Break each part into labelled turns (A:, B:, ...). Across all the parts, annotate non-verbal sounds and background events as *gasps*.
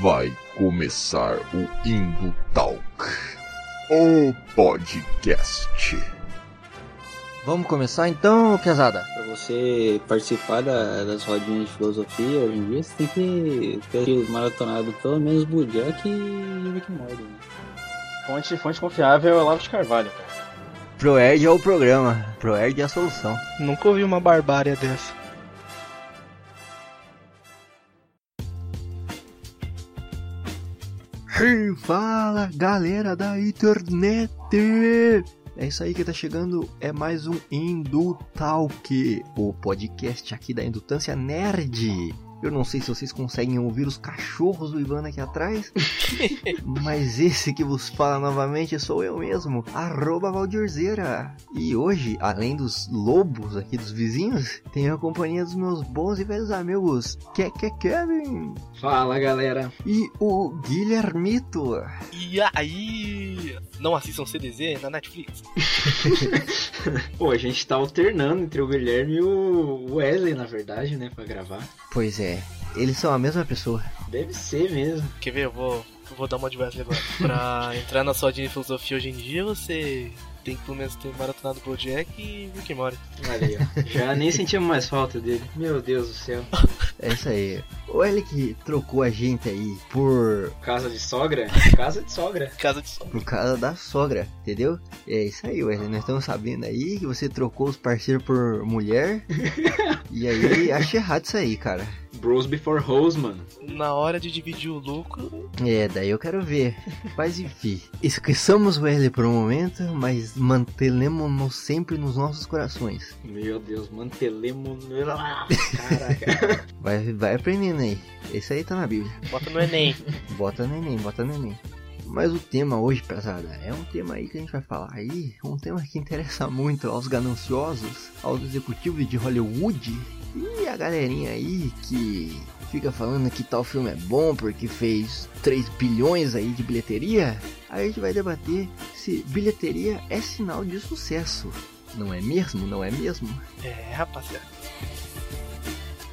A: vai começar o Indo Talk, o podcast.
B: Vamos começar então, pesada?
C: Pra você participar da- das rodinhas de filosofia hoje em dia, você tem que ter maratonado pelo menos Budjak e Rick and Morty. Né?
D: Fonte, fonte confiável é o Olavo de Carvalho, cara.
B: Proerd é o programa, Proerd é a solução.
E: Nunca ouvi uma barbárie dessa.
B: Hey, Fala galera da internet! É isso aí que tá chegando, é mais um Indutalk, o podcast aqui da Indutância Nerd. Eu não sei se vocês conseguem ouvir os cachorros uivando aqui atrás, mas esse que vos fala novamente sou eu mesmo, arroba Valdirzeira. E hoje, além dos lobos aqui dos vizinhos, tenho a companhia dos meus bons e velhos amigos, que que Kevin
F: Fala galera,
B: e o Guilhermito.
E: E aí? Não assistam CDZ na Netflix?
F: pô, a gente tá alternando entre o Guilherme e o Wesley, na verdade, né, pra gravar.
B: Pois é, eles são a mesma pessoa.
F: Deve ser mesmo.
E: Quer ver? Eu vou, eu vou dar uma de Wesley *laughs* agora. pra entrar na sua de filosofia hoje em dia, você tem que pelo menos ter maratonado Bojack e Rick and Morty.
F: Olha aí, ó. *laughs* Já nem sentimos mais falta dele. Meu Deus do céu.
B: É isso aí. Ou ele que trocou a gente aí por
F: Casa de sogra? Casa de sogra.
E: Casa de Sol.
B: por causa da sogra, entendeu? É isso aí, Wesley. Nós estamos sabendo aí que você trocou os parceiros por mulher. e aí, acho errado isso aí, cara.
F: Bros before hoes, mano.
E: Na hora de dividir o lucro,
B: É, daí eu quero ver. Mas enfim, esqueçamos o Wesley por um momento, mas mantelemos-nos sempre nos nossos corações.
F: Meu Deus, mantelemo. Ah, *laughs* Caraca.
B: Vai, vai aprendendo aí. Isso aí tá na Bíblia.
E: bota no Enem.
B: Bota neném, bota neném. Mas o tema hoje, pesada, é um tema aí que a gente vai falar aí, um tema que interessa *laughs* muito aos gananciosos, aos executivos de Hollywood e a galerinha aí que fica falando que tal filme é bom porque fez 3 bilhões aí de bilheteria. Aí a gente vai debater se bilheteria é sinal de sucesso. Não é mesmo? Não é mesmo?
E: É, rapaziada.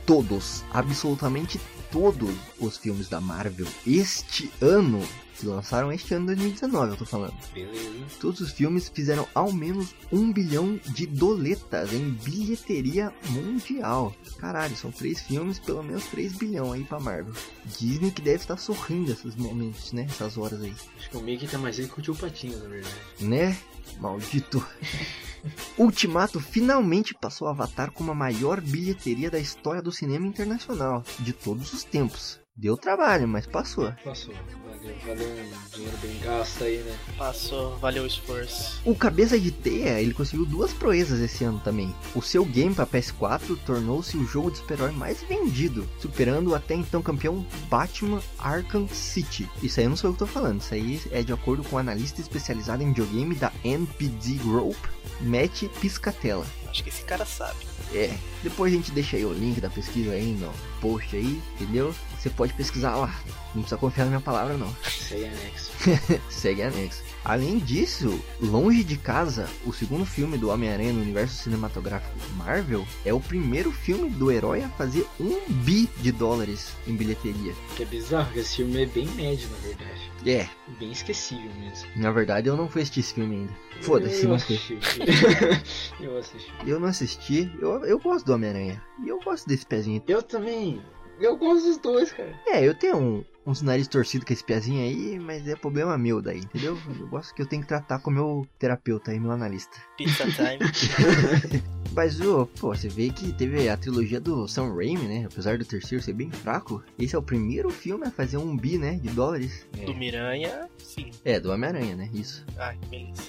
B: todos, absolutamente todos os filmes da Marvel este ano, que lançaram este ano 2019, eu tô falando.
F: Beleza.
B: Todos os filmes fizeram ao menos um bilhão de doletas em bilheteria mundial. Caralho, são três filmes, pelo menos 3 bilhão aí pra Marvel. Disney que deve estar sorrindo esses momentos, né? Essas horas aí.
F: Acho que o Mickey tá mais rico que o tio Patinho, na verdade.
B: Né?
F: *laughs*
B: Maldito. Ultimato finalmente passou Avatar como a maior bilheteria da história do cinema internacional, de todos os tempos. Deu trabalho, mas passou.
F: Passou. Valeu, valeu um dinheiro bem gasto aí, né?
E: Passou, valeu o esforço.
B: O Cabeça de Teia, ele conseguiu duas proezas esse ano também. O seu game para PS4 tornou-se o jogo de super-herói mais vendido, superando o até então campeão Batman Arkham City. Isso aí eu não sou eu que tô falando, isso aí é de acordo com o analista especializado em videogame da NPD Group, Matt Piscatella.
E: Acho que esse cara sabe.
B: É, depois a gente deixa aí o link da pesquisa aí no post aí, entendeu? Você pode pesquisar lá, não precisa confiar na minha palavra não.
F: Isso aí, é anexo.
B: Segue anexo. Além disso, Longe de Casa, o segundo filme do Homem-Aranha no universo cinematográfico Marvel, é o primeiro filme do herói a fazer um bi de dólares em bilheteria.
F: Que é bizarro, porque esse filme é bem médio, na verdade.
B: É,
F: Bem esquecível mesmo.
B: na verdade eu não fui assistir esse filme ainda. Foda-se,
F: eu
B: não sei.
F: assisti. *laughs* eu assisti.
B: Eu não assisti, eu, eu gosto do Homem-Aranha. E eu gosto desse pezinho
F: Eu também. Eu gosto dos dois, cara.
B: É, eu tenho um, uns nariz torcido com esse pezinho aí, mas é problema meu daí, entendeu? Eu gosto que eu tenho que tratar com o meu terapeuta aí, meu analista.
E: *laughs* Pizza time.
B: Mas, ô, pô, você vê que teve a trilogia do Sam Raimi, né? Apesar do terceiro ser bem fraco, esse é o primeiro filme a fazer um bi, né? De dólares.
E: Do Miranha, sim.
B: É, do Homem-Aranha, né? Isso.
E: Ai, que beleza.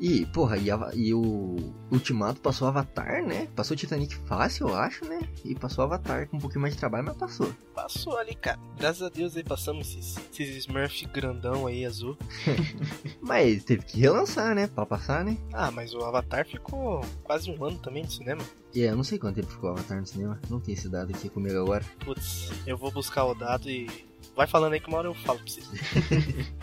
B: E, porra, e, Ava- e o Ultimato passou Avatar, né? Passou Titanic fácil, eu acho, né? E passou Avatar com um pouquinho mais de trabalho, mas passou.
E: Passou ali, cara. Graças a Deus aí passamos esses, esses Smurf grandão aí, azul.
B: Mas teve que relançar, né? Pra passar, né?
E: Ah, mas o Avatar ficou quase um ano também no cinema.
B: E é, eu não sei quanto tempo ficou Avatar no cinema. Não tem esse dado aqui comigo agora.
E: Putz, eu vou buscar o dado e Vai falando aí que uma hora eu falo pra você.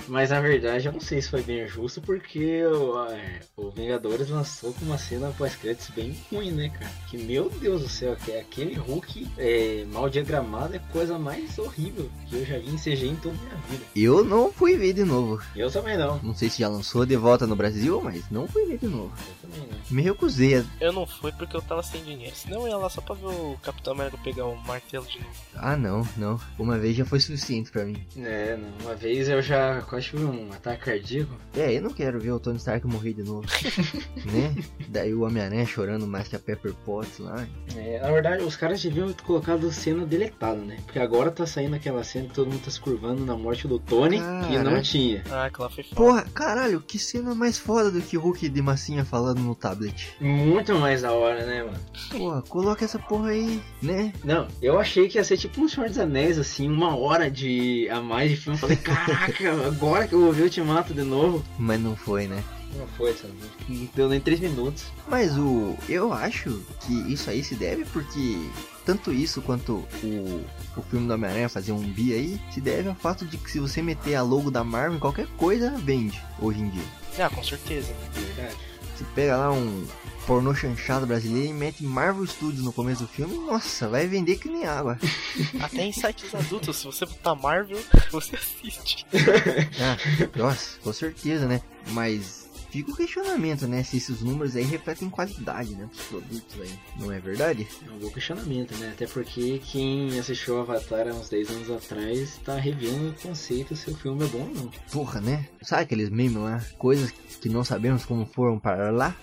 F: Mas na verdade eu não sei se foi bem justo, porque o, é, o Vingadores lançou com uma cena pós-créditos bem ruim, né, cara? Que meu Deus do céu, que aquele Hulk é, mal diagramado é a coisa mais horrível que eu já vi em CG em toda a minha vida.
B: Eu não fui ver de novo.
F: Eu também não.
B: Não sei se já lançou de volta no Brasil, mas não fui ver de novo.
F: Eu também não.
B: Me recusei. a-
E: Eu não fui porque eu tava sem dinheiro. Senão eu ia lá só pra ver o Capitão América pegar o martelo de novo.
B: Ah, não, não. Uma vez já foi suficiente pra mim.
F: É, não. Uma vez eu já quase tive um ataque cardíaco.
B: É, eu não quero ver o Tony Stark morrer de novo. né? Daí o Homem-Aranha chorando mais que a Pepper Potts lá.
F: É, na verdade, os caras deviam ter colocado cena deletada, né? Porque agora tá saindo aquela cena que todo mundo tá se curvando na morte do Tony, que
B: Cara.
F: não tinha.
E: Ah, que lá foi foda.
B: Porra, caralho, que cena mais foda do que o Hulk de massinha falando no tablet.
F: Muito mais da hora, né, mano?
B: Porra, coloca essa porra aí, né?
F: Não, eu achei que ia ser tipo um Senhor dos Anéis, assim, uma hora de a mais de filme. Falei, *laughs* caraca, agora que eu ouvi o Te Mato de novo.
B: Mas não foi, né?
F: Não foi, tá? sabe? Não deu nem três minutos.
B: Mas o. Eu acho que isso aí se deve porque. Tanto isso quanto o, o filme do Homem-Aranha fazer um bi aí, se deve ao fato de que se você meter a logo da Marvel em qualquer coisa, vende hoje em dia.
E: Ah, com certeza.
F: É Verdade.
B: Você pega lá um pornô chanchado brasileiro e mete Marvel Studios no começo do filme, nossa, vai vender que nem água.
E: Até em sites adultos, se você botar Marvel, *laughs* você assiste.
B: Ah, nossa, com certeza, né? Mas fica o questionamento, né? Se esses números aí refletem qualidade, né? Dos produtos aí. Não é verdade?
F: É um bom questionamento, né? Até porque quem assistiu Avatar há uns 10 anos atrás tá revendo o conceito se o filme é bom ou não.
B: Porra, né? Sabe aqueles memes lá? Coisas que não sabemos como foram para lá.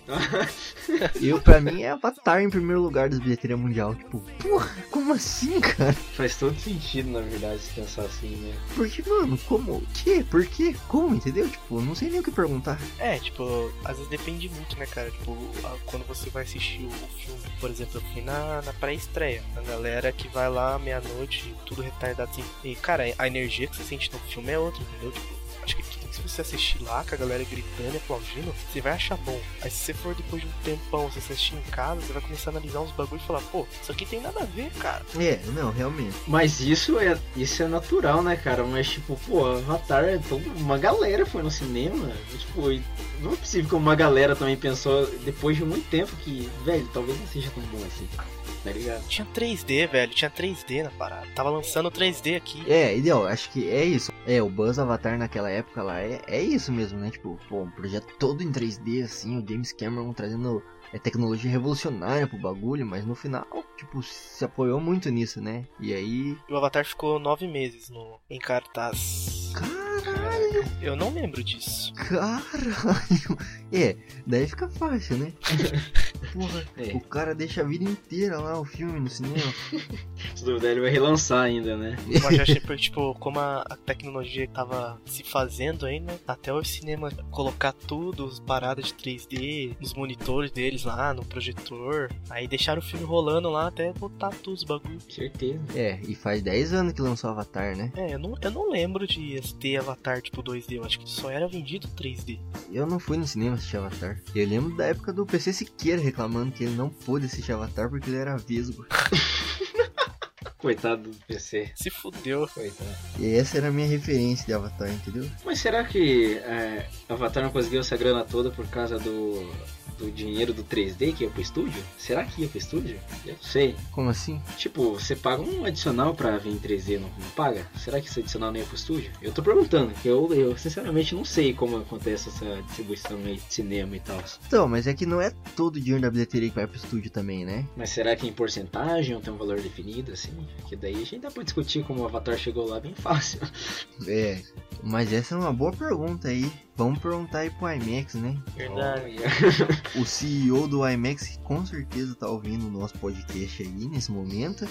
B: Eu, pra mim, é Avatar em primeiro lugar das bilheterias mundial. Tipo, porra, como assim, cara?
F: Faz todo sentido, na verdade, se pensar assim, né?
B: Porque, mano, como? Que? Por quê? Como? Entendeu? Tipo, não sei nem o que perguntar.
E: É, tipo, às vezes depende muito, né, cara? Tipo, a- quando você vai assistir o filme, por exemplo, eu fui na, na pré-estreia. A galera que vai lá meia-noite, tudo retardado assim. E, cara, a energia que você sente no filme é outra, entendeu? Tipo, acho que tudo que se você assistir lá, com a galera gritando e aplaudindo, você vai achar bom. Aí se você for depois de um tempão, você assistir em casa, você vai começar a analisar uns bagulhos e falar, pô, isso aqui tem nada a ver, cara.
B: É, não, realmente.
F: Mas isso é, isso é natural, né, cara? Mas, tipo, pô, Avatar, é tão- uma galera foi no cinema. E, Tipo, e não é possível que uma galera também pensou depois de muito tempo que, velho, talvez não seja tão bom assim. Tá ligado?
E: Tinha 3D, velho, tinha 3D na parada. Tava lançando 3D aqui.
B: É, ideal, acho que é isso. É, o Buzz Avatar naquela época lá é, é isso mesmo, né? Tipo, pô, um projeto todo em 3D, assim, o James Cameron trazendo é, tecnologia revolucionária pro bagulho, mas no final, tipo, se apoiou muito nisso, né? E aí.
E: E o Avatar ficou nove meses no, em cartaz.
B: Caralho,
E: Eu não lembro
B: *laughs*
E: disso.
B: caralho! É, daí fica fácil, né? Porra,
F: É.
B: o cara deixa a vida inteira lá o filme no cinema.
F: Se duvidar, ele vai relançar ainda, né?
E: Mas já achei, por, tipo, como a, a tecnologia tava se fazendo aí, né? Até o cinema colocar tudo, as paradas de 3D, nos monitores deles lá, no projetor. Aí deixaram o filme rolando lá até botar tudo os bagulho.
F: Certeza.
B: É, e faz 10 anos que lançou Avatar, né?
E: É, eu não, eu não lembro de ter Avatar tipo 2D, eu acho que só era vendido 3D.
B: Eu não fui no cinema assistir Avatar. Eu lembro da época do PC Siqueira reclamando que ele não pôde assistir Avatar porque ele era vesgo.
F: Coitado do PC.
E: Se fudeu.
F: Coitado.
B: E essa era a minha referência de Avatar, entendeu?
F: Mas será que é, Avatar não conseguiu essa grana toda por causa do, do dinheiro do 3D que ia pro estúdio? Será que ia pro estúdio? Eu não sei.
B: Como assim?
F: Tipo, você paga um adicional pra vir em 3D, não, não paga? Será que esse adicional não ia pro estúdio? Eu tô perguntando, que eu, eu sinceramente não sei como acontece essa distribuição aí de cinema e tal.
B: Então, mas é que não é todo o dinheiro da bilheteria que vai pro estúdio também, né?
F: Mas será que é em porcentagem ou tem um valor definido, assim? Que daí a gente dá pra discutir como o Avatar chegou lá bem fácil.
B: É. Mas essa é uma boa pergunta aí. Vamos perguntar aí pro IMAX, né?
E: Verdade.
F: Olha.
B: O CEO do IMAX com certeza tá ouvindo o nosso podcast aí nesse momento.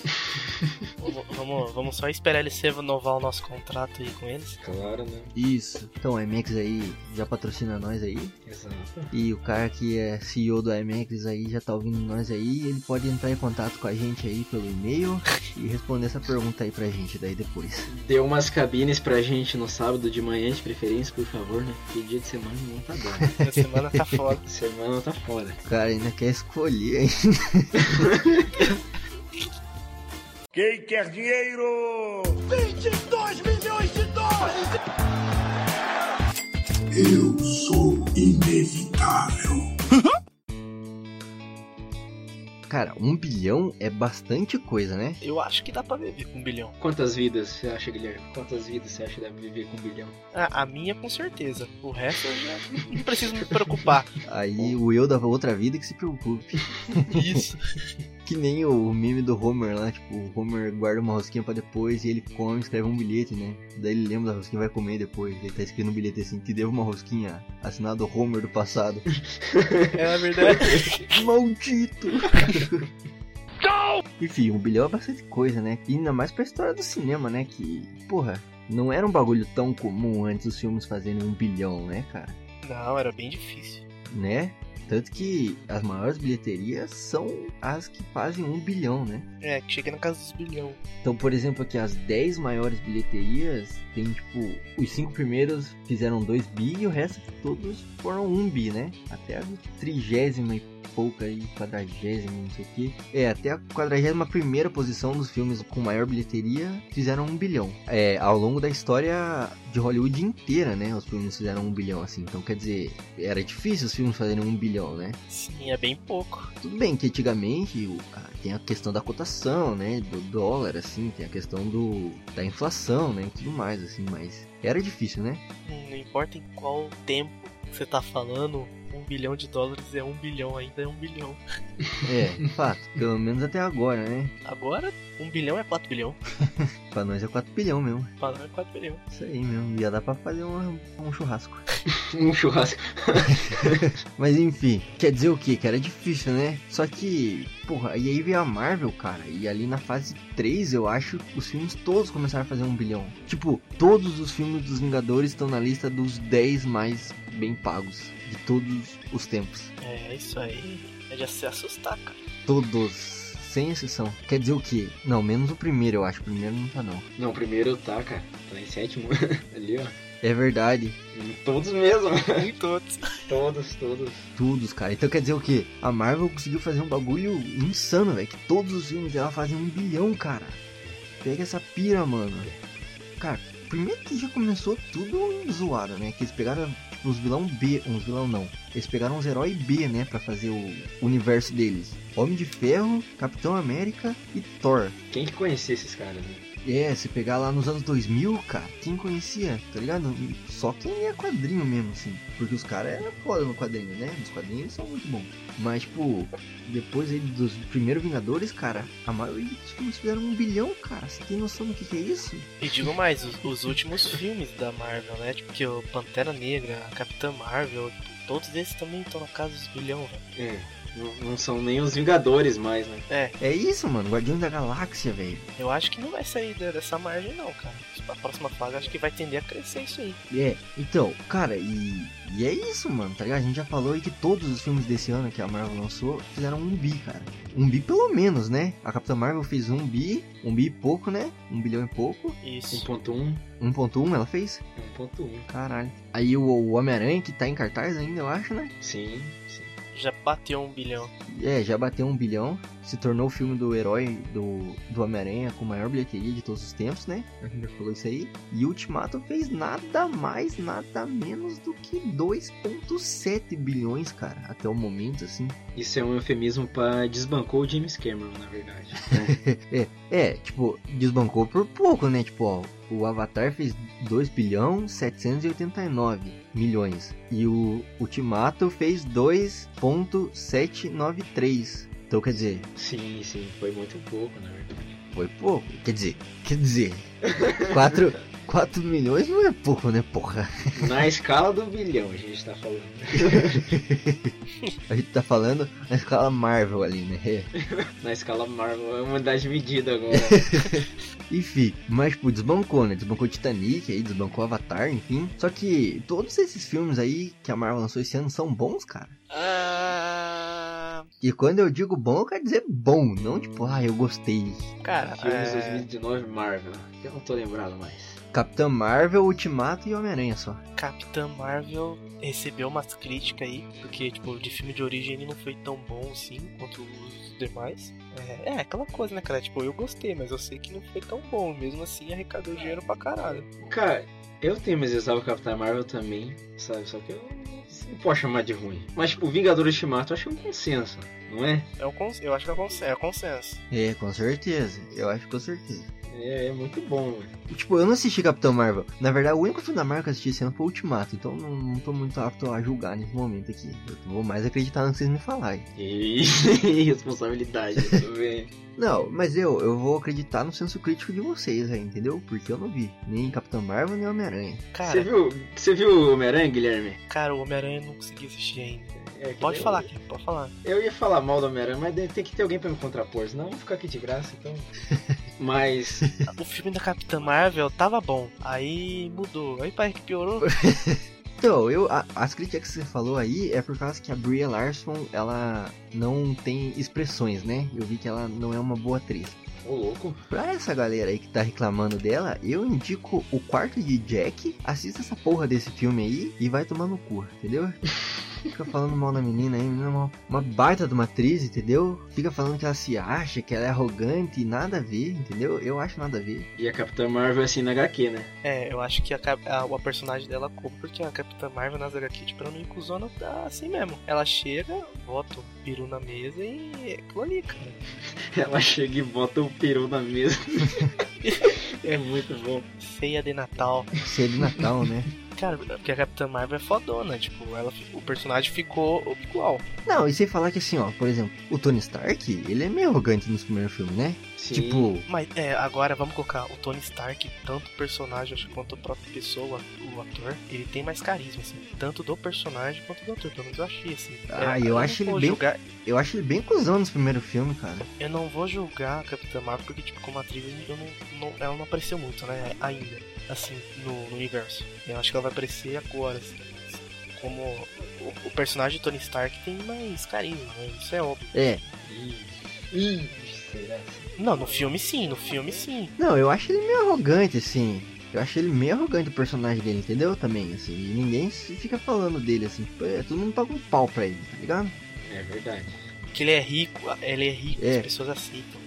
E: Vamos, vamos, vamos só esperar eles renovar o nosso contrato aí com eles.
F: Claro, né?
B: Isso. Então, o IMAX aí já patrocina nós aí.
F: Exato.
B: E o cara que é CEO do IMAX aí já tá ouvindo nós aí, ele pode entrar em contato com a gente aí pelo e-mail e responder essa pergunta aí pra gente daí depois.
F: Deu umas cabines pra gente no sábado de manhã, de preferência, por favor, né? Porque dia de semana não tá
E: *laughs*
F: bom.
E: Essa semana tá foda.
F: semana tá fora.
B: O cara ainda quer escolher, hein?
A: Quem quer dinheiro? Eu sou inevitável.
B: Cara, um bilhão é bastante coisa, né?
E: Eu acho que dá pra viver com um bilhão.
F: Quantas vidas você acha, Guilherme? Quantas vidas você acha que deve viver com um bilhão? *laughs*
E: Ah, A, a minha, com certeza. O resto eu já não preciso me preocupar.
B: Aí o eu da outra vida que se preocupe.
E: Isso.
B: Que nem o meme do Homer lá, tipo, o Homer guarda uma rosquinha pra depois e ele come, escreve um bilhete, né? Daí ele lembra da rosquinha e vai comer depois. Ele tá escrevendo um bilhete assim, te devo uma rosquinha, assinado Homer do passado.
E: É na verdade.
B: Maldito! Enfim, um bilhão é bastante coisa, né? E ainda mais pra história do cinema, né? Que, porra, não era um bagulho tão comum antes os filmes fazerem um bilhão, né, cara?
E: Não, era bem difícil.
B: Né? Tanto que as maiores bilheterias são as que fazem um bilhão, né?
E: É, que cheguei na casa dos bilhão.
B: Então, por exemplo, aqui as 10 maiores bilheterias tem tipo, os cinco primeiros fizeram 2 bi e o resto todos foram 1 um bi, né? Até a trigésima e pouca aí, quadragésima, não sei o que. É, até a quadragésima primeira posição dos filmes com maior bilheteria fizeram 1 um bilhão. É, ao longo da história de Hollywood inteira, né? Os filmes fizeram 1 um bilhão, assim. Então, quer dizer, era difícil os filmes fazerem 1 um bilhão, né?
E: Sim, é bem pouco.
B: Tudo bem que antigamente o- a- tem a questão da cotação, né? Do dólar, assim, tem a questão do da inflação, né? E tudo mais, assim, mas era difícil, né?
E: Hum, Não importa em qual tempo que você tá falando, um bilhão de dólares é um bilhão, ainda é um bilhão.
B: É, de fato. Pelo menos até agora, né?
E: Agora, um bilhão é 4 bilhão.
B: Pra nós é 4 bilhão mesmo.
E: Padrão é 4 bilhão.
B: Isso aí mesmo. Ia dar pra fazer um, um churrasco.
F: Um churrasco.
B: Mas enfim, quer dizer o que? Que era difícil, né? Só que, porra, e aí veio a Marvel, cara. E ali na fase 3, eu acho, os filmes todos começaram a fazer um bilhão. Tipo, todos os filmes dos Vingadores estão na lista dos 10 mais bem pagos de todos os tempos.
E: É, isso aí. É de se assustar, cara.
B: Todos. Sem exceção. Quer dizer o que? Não, menos o primeiro, eu acho. O primeiro não tá, não.
F: Não, primeiro tá, cara. Tá em sétimo. *laughs* Ali, ó.
B: É verdade.
F: Todos mesmo.
E: Em todos.
F: Todos, todos.
B: Todos, cara. Então quer dizer o quê? A Marvel conseguiu fazer um bagulho insano, velho. Que todos os filmes dela fazem um bilhão, cara. Pega essa pira, mano. Cara, primeiro que já começou tudo zoado, né? Que eles pegaram tipo, uns vilão B, uns vilão não. Eles pegaram uns herói B, né? Pra fazer o universo deles. Homem de Ferro, Capitão América e Thor.
F: Quem que conhecia esses caras? Né?
B: É, se pegar lá nos anos 2000, cara, quem conhecia, tá ligado? Só quem é quadrinho mesmo, assim. Porque os caras eram foda no quadrinho, né? Nos quadrinhos eles são muito bons. Mas, tipo, depois aí dos primeiros Vingadores, cara, a maioria dos filmes fizeram um bilhão, cara. Você tem noção do que, que é isso?
E: E digo mais, os, os últimos filmes da Marvel, né? Tipo, que o Pantera Negra, a Capitã Marvel, tipo, todos esses também estão na casa dos bilhão, velho.
F: É. Não, não são nem os Vingadores mais, né?
B: É isso, mano. Guardiões da Galáxia, velho.
E: Eu acho que não vai sair de- dessa margem, não, cara. A próxima fase acho que vai tender a crescer isso aí.
B: É, então, cara, e, e é isso, mano, tá ligado? A gente já falou aí que todos os filmes desse ano que a Marvel lançou fizeram um bi, cara. Um bi pelo menos, né? A Capitã Marvel fez um bi, um bi e pouco, né? Um bilhão e pouco.
E: Isso.
F: 1.1.
B: 1.1 ela fez?
F: É 1.1.
B: Caralho. Aí o, o Homem-Aranha, que tá em cartaz ainda, eu acho, né?
F: Sim, sim.
E: Já bateu um bilhão.
B: É, já bateu um bilhão. Se tornou o filme do herói do, do Homem-Aranha com maior bilheteria de todos os tempos, né? A gente já falou isso aí. E Ultimato fez nada mais, nada menos do que 2,7 bilhões, cara. Até o momento, assim.
F: Isso é um eufemismo pra desbancou o James Cameron, na verdade.
B: É, tipo, desbancou por pouco, né? Tipo, ó, o Avatar fez 2 bilhão 789 milhões e o Ultimato fez 2.793. Então, quer dizer,
F: *laughs* sim, sim. Foi muito pouco, na verdade.
B: foi pouco. Quer dizer, quer dizer, 4, 4 milhões não é pouco, né, porra?
F: *laughs* Na escala do bilhão, a gente tá falando.
B: A gente tá falando na escala Marvel ali, né?
F: Na escala Marvel, é uma unidade medida *laughs* agora.
B: Enfim, mas tipo, desbancou, né? Desbancou Titanic, aí desbancou Avatar, enfim. Só que todos esses filmes aí que a Marvel lançou esse ano são bons, cara.
E: Ah,
B: E quando eu digo bom, eu quero dizer bom, não tipo, ah, eu gostei.
E: cara,
F: Filmes
E: é,
F: 2019 Marvel. Eu não tô lembrado mais.
B: Capitã Marvel, Ultimato e Homem-Aranha só.
E: Capitã Marvel recebeu umas críticas aí, porque, tipo, de filme de origem ele não foi tão bom assim quanto os demais. É, é aquela coisa, né, cara? Tipo, eu gostei, mas eu sei que não foi tão bom. Mesmo assim, arrecadou dinheiro pra caralho.
F: Cara, eu tenho meus ressalvas com Capitã Marvel também, sabe? Só que eu não posso chamar de ruim. Mas, tipo, Vingadores Ultimato, eu acho que é um consenso, não é?
E: É o cons... Eu acho que é o cons- é o consenso.
B: É, com certeza. Eu acho que com certeza.
F: É, é muito bom, velho.
B: Tipo, eu não assisti Capitão Marvel. Na verdade, o único filme da Marvel que eu assisti esse ano foi o Ultimato. Então não, não tô muito apto a julgar nesse momento aqui. Eu vou mais acreditar no que vocês me falarem.
F: E *laughs* responsabilidade também.
B: Não, mas eu, eu vou acreditar no senso crítico de vocês aí, entendeu? Porque eu não vi. Nem Capitão Marvel, nem Homem-Aranha.
F: Você
E: Cara,
F: viu, você viu Homem-Aranha, Guilherme?
E: cara, o Homem-Aranha eu não consegui assistir ainda.
F: É, que
E: Pode
F: eu-
E: falar, Kim, pode falar.
F: Eu ia falar mal do Homem-Aranha, mas tem que ter alguém pra me contrapor, senão eu vou ficar aqui de graça,
E: *laughs*
F: então. Mas.
E: O filme da Capitã Marvel tava bom. Aí mudou. Aí parece que piorou.
B: Então, eu, a- as críticas que você falou aí é por causa que a Brie Larson, ela não tem expressões, né? Eu vi que ela não é uma boa atriz.
F: Ô louco.
B: Pra essa galera aí que tá reclamando dela, eu indico o quarto de Jack. Assista essa porra desse filme aí e vai tomar no cu, entendeu? Fica falando mal da menina aí, menina é uma, uma baita de uma atriz, entendeu? Fica falando que ela se acha, que ela é arrogante, e nada a ver, entendeu? Eu acho nada a ver.
F: E a Capitã Marvel é assim na HQ, né?
E: É, eu acho que a, cap- a, a personagem dela como porque a Capitã Marvel nas HQ, tipo, ela não incusona tá assim mesmo. Ela chega, bota o peru na mesa e é aquilo ali, cara.
F: Ela chega e bota o peru na
E: *laughs*
F: mesa. é muito bom.
E: Ceia de Natal.
B: Ceia de Natal, né?
E: Cara, porque a Capitã Marvel é fodona, tipo, ela, fi- o personagem ficou igual.
B: Não, e sem falar que assim, ó, por exemplo, o Tony Stark, ele é meio arrogante nos primeiros filmes, né?
F: Sim.
B: Tipo,
E: Mas, é, agora vamos colocar o Tony Stark, tanto o personagem acho que quanto a própria pessoa, o ator, ele tem mais carisma, assim, tanto do personagem quanto do ator, pelo menos eu achei, assim.
B: Ah, eu
E: não
B: acho ele
E: vou
B: bem-
E: julgar-
B: eu acho ele bem cuzão nos primeiros filmes, cara.
E: Eu não vou julgar a Capitã Marvel porque, tipo, como atriz, eu não, não- ela não apareceu muito, né? Ainda, assim, no, no universo. Eu acho que ela vai aparecer agora, assim. Como o, o personagem de Tony Stark tem mais carisma, né? Isso é óbvio.
B: É.
F: Ih, ih, será?
E: Não, no filme sim, no filme sim.
B: Não, eu acho ele meio arrogante, assim. Eu acho ele meio arrogante o personagem dele, entendeu? Também, assim. E ninguém se- fica falando dele, assim. Tipo, é, todo mundo paga um pau pra ele, tá ligado?
F: É verdade.
E: Porque ele é rico, ele é rico,
B: É.
E: as pessoas aceitam.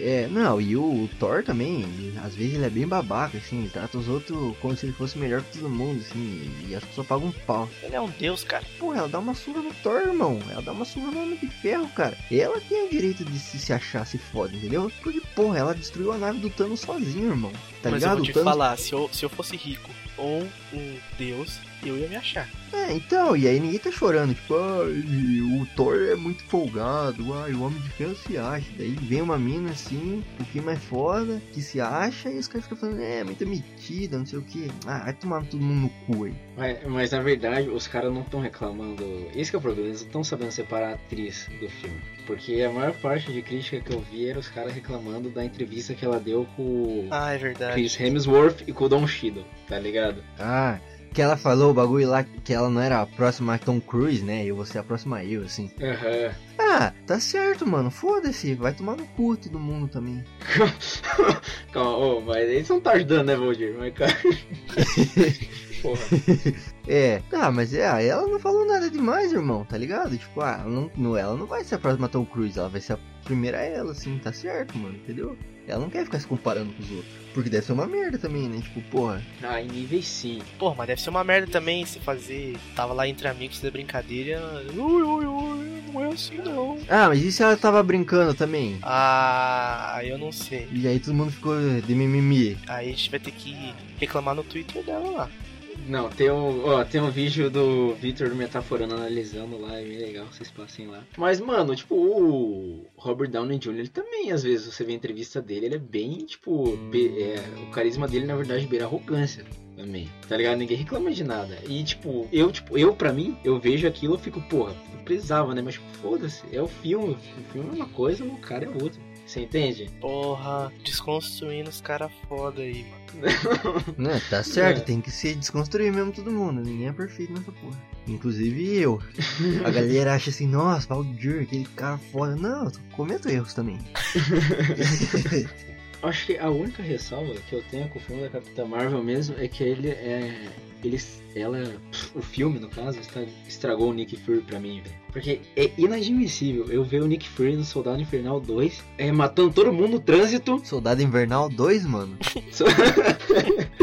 B: É, não, e o, o Thor também, ele- às vezes ele é bem babaca, assim. Ele trata os outros como se ele fosse melhor que todo mundo, assim. E, e as pessoas pagam um pau.
E: Ele é um deus, cara.
B: Porra, ela dá uma surra no Thor, irmão. Ela dá uma surra no Homem de Ferro, cara. Ela tem o direito de se, se achar se foda, entendeu? Porque, porra, ela destruiu a nave do Thanos sozinho, irmão. Tá
E: Mas
B: ligado?
E: eu vou
B: o
E: te
B: Thanos
E: falar, se eu, se eu fosse rico ou um deus, eu ia me achar.
B: É, então, e aí ninguém tá chorando, tipo, ai, o Thor é muito folgado, ai, o Homem de Ferro se acha. Daí vem uma mina assim, um pouquinho mais foda, que se acha, e os caras ficam falando, é, muita metida, não sei o que. Ah, vai tomar todo mundo no cu aí.
F: Mas, mas, na verdade, os caras não estão reclamando. Esse que é o problema, eles não estão sabendo separar a atriz do filme. Porque a maior parte de crítica que eu vi era os caras reclamando da entrevista que ela deu com o
E: Ah, é verdade.
F: Chris Hemsworth e com o Don Shido, tá ligado?
B: Ah, que ela falou o bagulho lá que ela não era a próxima a Tom Cruise, né? E você é a próxima a eu, assim.
F: Aham. *laughs*
B: Ah, tá certo, mano, foda-se, vai tomar no cu todo mundo também.
F: Calma, ô, mas eles não tá ajudando, né, Valdir? Mas, cara. *laughs* Porra.
B: É, tá, mas é, ela não falou nada demais, irmão, tá ligado? Tipo, ah, não, não, ela não vai ser a próxima Tom Cruise, ela vai ser a primeira ela, assim, tá certo, mano, entendeu? Ela não quer ficar se comparando com os outros. Porque deve ser uma merda também, né? Tipo, porra.
F: Ah, em níveis sim.
E: Porra, mas deve ser uma merda também se fazer. Tava lá entre amigos da brincadeira. Ui, ui, ui, não é assim não.
B: Ah, mas e se ela tava brincando também?
E: Ah, aí eu não sei.
B: E aí todo mundo ficou de mimimi.
E: Aí a gente vai ter que reclamar no Twitter dela lá.
F: Não, tem um, ó, tem um vídeo do Victor Metaforando analisando lá, é bem legal, vocês passem lá. Mas, mano, tipo, o Robert Downey Jr., ele também, às vezes, você vê a entrevista dele, ele é bem, tipo, be- é, o carisma dele, na verdade, beira a arrogância também, tá ligado? Ninguém reclama de nada. E, tipo, eu, tipo, eu, pra mim, eu vejo aquilo, eu fico, porra, eu precisava, né? Mas, tipo, foda-se, é o filme, o filme é uma coisa, o cara é outro. Você entende?
E: Porra, desconstruindo os caras foda aí, mano.
B: Né, tá certo,
F: É.
B: tem que se desconstruir mesmo todo mundo. Ninguém é perfeito nessa porra. Inclusive eu. A galera acha assim, nossa, Valdir, aquele cara foda. Não, eu cometo erros também.
F: Acho que a única ressalva que eu tenho com o filme da Capitã Marvel mesmo é que ele é, eles, ela, o filme no caso, está- estragou o Nick Fury pra mim, velho. Porque é inadmissível eu ver o Nick Fury no Soldado Infernal 2 é, matando todo mundo no trânsito.
B: Soldado Invernal 2,
E: *laughs*
B: mano?
F: So- *laughs*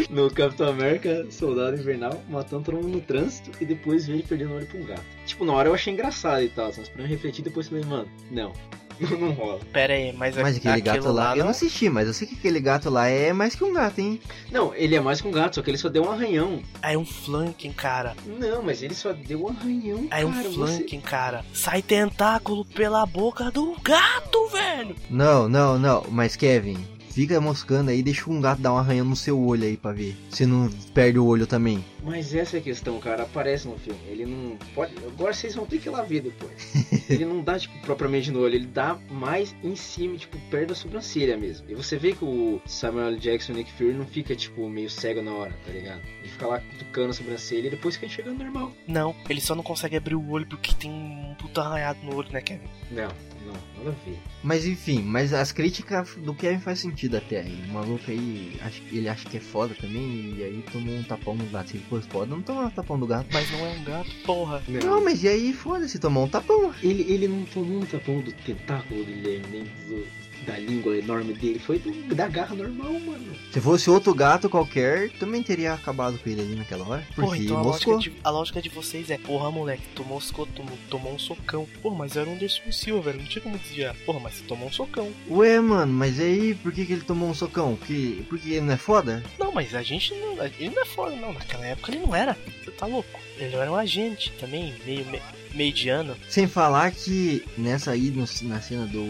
F: no Capitão América, Soldado Invernal, matando todo mundo no trânsito e depois ver ele perdendo o olho pra um gato. Tipo, na hora eu achei engraçado e tal, mas pra eu refletir depois eu falei, mano, não, *laughs* não rola.
E: Pera aí, mas, a-
B: Mas aquele gato
E: aquilo
B: lá, eu
E: não... é?
B: não assisti, mas eu sei que aquele gato lá é mais que um gato, hein?
F: Não, ele é mais que um gato, só que ele só deu um arranhão.
E: Ah, é um flanking, cara.
F: Não, mas ele só deu um arranhão,
E: Ah, é um
F: cara. você-
E: flanking, cara. Sai tentáculo pela boca do gato, velho.
B: Não, não, não, mas Kevin, fica moscando aí, deixa um gato dar um arranhão no seu olho aí pra ver. Se não perde o olho também.
F: Mas essa é a questão, cara. Aparece no filme. Ele não pode. Agora vocês vão ter que ir lá ver depois. *laughs* ele não dá, tipo, propriamente no olho. Ele dá mais em cima, tipo, perto da sobrancelha mesmo. E você vê que o Samuel L. Jackson e o Nick Fury não fica, tipo, meio cego na hora, tá ligado? Ele fica lá cutucando a sobrancelha e depois fica enxergando normal.
E: Não, ele só não consegue abrir o olho porque tem um puta arranhado no olho, né, Kevin?
F: Não, não, nada a ver.
B: Mas enfim, mas as críticas do Kevin faz sentido até aí. O maluco aí, acho que- ele acha que é foda também, e aí tomou um tapão do gato. Se ele fosse foda, não tomava tapão do gato.
E: Mas não é um gato, porra.
B: Não, mas e aí, foda-se, tomou um tapão.
F: Ele, ele não tomou um tapão do tentáculo dele, nem do- da língua enorme dele. Foi do- da garra normal, mano.
B: Se fosse outro gato qualquer, também teria acabado com ele ali naquela hora. Porque
E: Porra, então a lógica,
B: moscou.
E: de, a lógica de vocês é, porra, moleque, tu moscou, tu tomou um socão. Porra, mas era um Anderson Silva, velho, não tinha como desviar. Porra, mas tu tomou um socão.
B: Ué, mano, mas aí por que, que ele tomou um socão? Porque, porque ele não é foda?
E: Não, mas a gente não. a- Ele não é foda, não. Naquela época ele não era. Você tá louco? Ele era um agente também, meio me, mediano.
B: Sem falar que nessa aí, no- na cena do,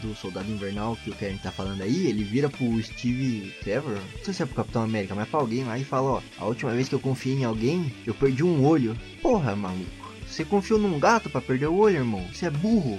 B: do Soldado Invernal que o Kevin tá falando aí, ele vira pro Steve Trevor, não sei se é pro Capitão América, mas pra alguém lá e fala, ó, a última vez que eu confiei em alguém, eu perdi um olho. Porra, maluco, você confiou num gato pra perder o olho, irmão? Você é burro.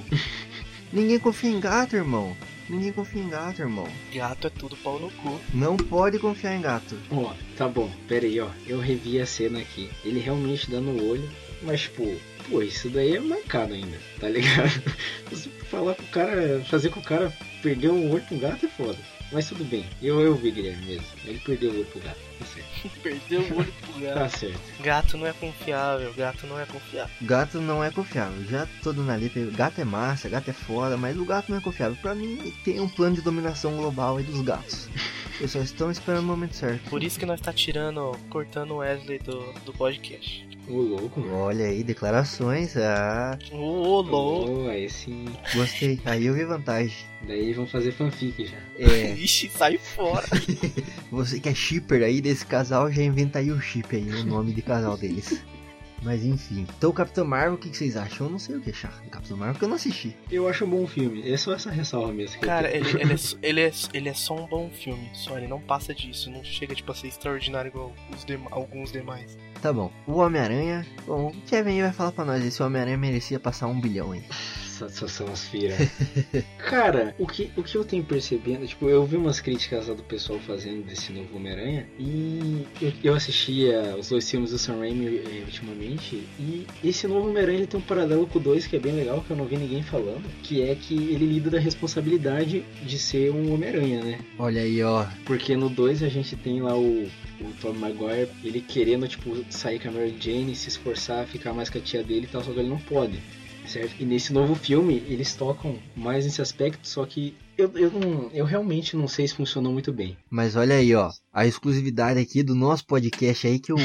B: Ninguém confia em gato, irmão. Ninguém confia em gato, irmão.
E: Gato é tudo pau no cu.
B: Não pode confiar em gato.
F: Ó, tá bom, pera aí, ó. Eu revi a cena aqui. Ele realmente dando o olho, mas, tipo, pô, isso daí é mancado ainda, tá ligado? *laughs* Você falar pro cara, fazer com o cara perder um olho pro gato é foda. Mas tudo bem, eu, eu vi Guilherme mesmo. Ele perdeu o olho pro gato, tá certo.
E: *laughs* Perdeu o olho pro gato.
F: Tá certo.
E: *laughs* Gato não é confiável, gato não é confiável.
B: Gato não é confiável. Já todo na letra, gato é massa, gato é foda, mas o gato não é confiável. Pra mim, tem um plano de dominação global aí dos gatos. Eles só estão esperando o momento certo.
E: Por isso que nós tá tirando, cortando o Wesley do, do podcast.
F: Ô louco, mano.
B: Olha aí, declarações. Ah,
E: Ô, ô, louco.
F: Ô, aí sim.
B: gostei. Aí eu vi vantagem.
F: Daí vão fazer fanfic já.
B: É,
E: *laughs* Ixi, sai fora.
B: você que é shipper aí desse casal, já inventa aí o chip aí, o nome de casal deles. Mas enfim. Então, Capitão Marvel, o que que vocês acham? Eu não sei o que achar. Capitão Marvel que eu não assisti.
F: Eu acho um bom filme. É só essa ressalva mesmo. que eu
E: Cara,
F: tenho.
E: ele, ele, é, só- ele, é, ele é só um bom filme. Só ele não passa disso. Não chega tipo, a ser extraordinário igual os dema- alguns demais.
B: Tá bom. O Homem-Aranha. Bom, o Kevin aí vai falar pra nós aí se o Homem-Aranha merecia passar um bilhão aí.
F: Satisfação asfira. *laughs* Cara, o que, o que eu tenho percebendo, tipo, eu vi umas críticas lá do pessoal fazendo desse novo Homem-Aranha e eu, eu assistia os dois filmes do Sam Raimi eh, ultimamente e esse novo Homem-Aranha ele tem um paralelo com o 2 que é bem legal, que eu não vi ninguém falando, que é que ele lida da responsabilidade de ser um Homem-Aranha, né?
B: Olha aí, ó.
F: Porque no 2 a gente tem lá o, o Tom Maguire, ele querendo, tipo, sair com a Mary Jane, se esforçar, ficar mais com a tia dele e tal, só que ele não pode, certo? E nesse novo filme, eles tocam mais nesse aspecto, só que eu, eu, não, eu realmente não sei se funcionou muito bem.
B: Mas olha aí, ó, a exclusividade aqui do nosso podcast aí que o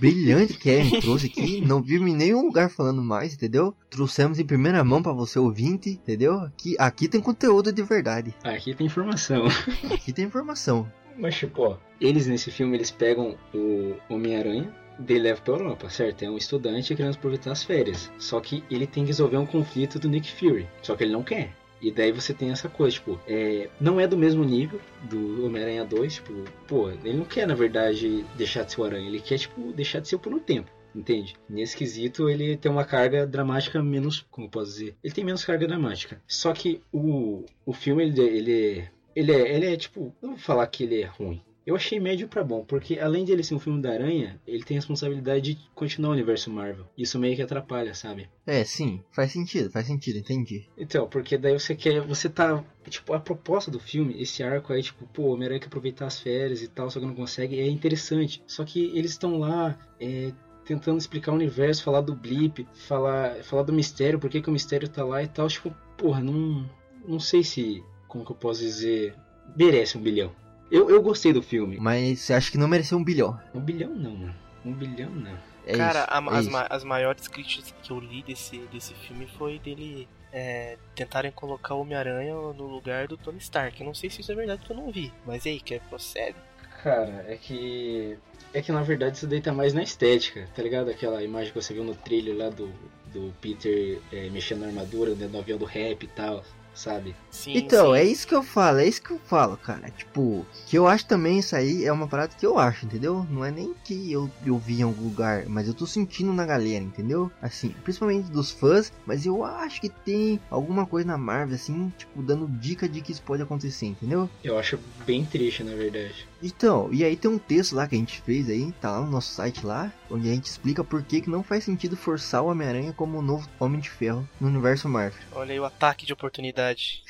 B: brilhante
E: *laughs*
B: Kevin trouxe aqui, não vimos em nenhum lugar falando mais, entendeu? Trouxemos em primeira mão pra você ouvinte, entendeu? Aqui, aqui tem conteúdo de verdade,
F: Aqui tem informação.
B: aqui tem informação.
F: Mas, tipo, ó, eles nesse filme, eles pegam o Homem-Aranha, dele leva pra Europa, certo? É um estudante querendo aproveitar as férias. Só que ele tem que resolver um conflito do Nick Fury. Só que ele não quer. E daí você tem essa coisa, tipo, é, não é do mesmo nível do Homem-Aranha 2, tipo, pô, ele não quer, na verdade, deixar de ser o Aranha, ele quer, tipo, deixar de ser por um tempo. Entende? Nesse quesito, ele tem uma carga dramática menos. Como eu posso dizer? Ele tem menos carga dramática. Só que o, o filme, ele, ele ele é, ele é tipo, não vou falar que ele é ruim, Eu achei médio pra bom, porque além de ele ser um filme da Aranha, ele tem a responsabilidade de continuar o universo Marvel. Isso meio que atrapalha, sabe?
B: É, sim, faz sentido, faz sentido, entendi.
F: Então, porque daí você quer. Você tá. Tipo, a proposta do filme, esse arco aí, tipo, pô, o Homem-Aranha quer aproveitar as férias e tal, só que não consegue, é interessante. Só que eles estão lá. é, Tentando explicar o universo, falar do blip, falar, falar do mistério, por que, que o mistério tá lá e tal. Tipo, porra, não. Não sei se. Como que eu posso dizer? Merece um bilhão. Eu, eu gostei do filme.
B: Mas você acha que não mereceu um bilhão?
F: Um bilhão não, mano. Um bilhão não.
B: É
E: Cara,
B: isso,
E: a-
B: é
E: as,
B: isso.
E: ma- as maiores críticas que eu li desse, desse filme foi dele é, tentarem colocar o Homem-Aranha no lugar do Tony Stark. Eu não sei se isso é verdade porque eu não vi. Mas e aí, quer procede?
F: Cara, é que. É que na verdade isso daí tá mais na estética, tá ligado? Aquela imagem que você viu no trailer lá do, do Peter é, mexendo na armadura dentro do avião do rap e tal, sabe?
E: Sim,
B: Então,
E: sim.
B: é isso que eu falo, é isso que eu falo, cara. Tipo, que eu acho também isso aí é uma parada que eu acho, entendeu? Não é nem que eu, eu vi em algum lugar, mas eu tô sentindo na galera, entendeu? Assim, principalmente dos fãs, mas eu acho que tem alguma coisa na Marvel, assim, tipo, dando dica de que isso pode acontecer, entendeu?
F: Eu acho bem triste, na verdade.
B: Então, e aí tem um texto lá que a gente fez aí, tá lá no nosso site lá, onde a gente explica por que, que não faz sentido forçar o Homem-Aranha como o novo Homem de Ferro no universo Marvel.
E: Olha aí o ataque de oportunidade.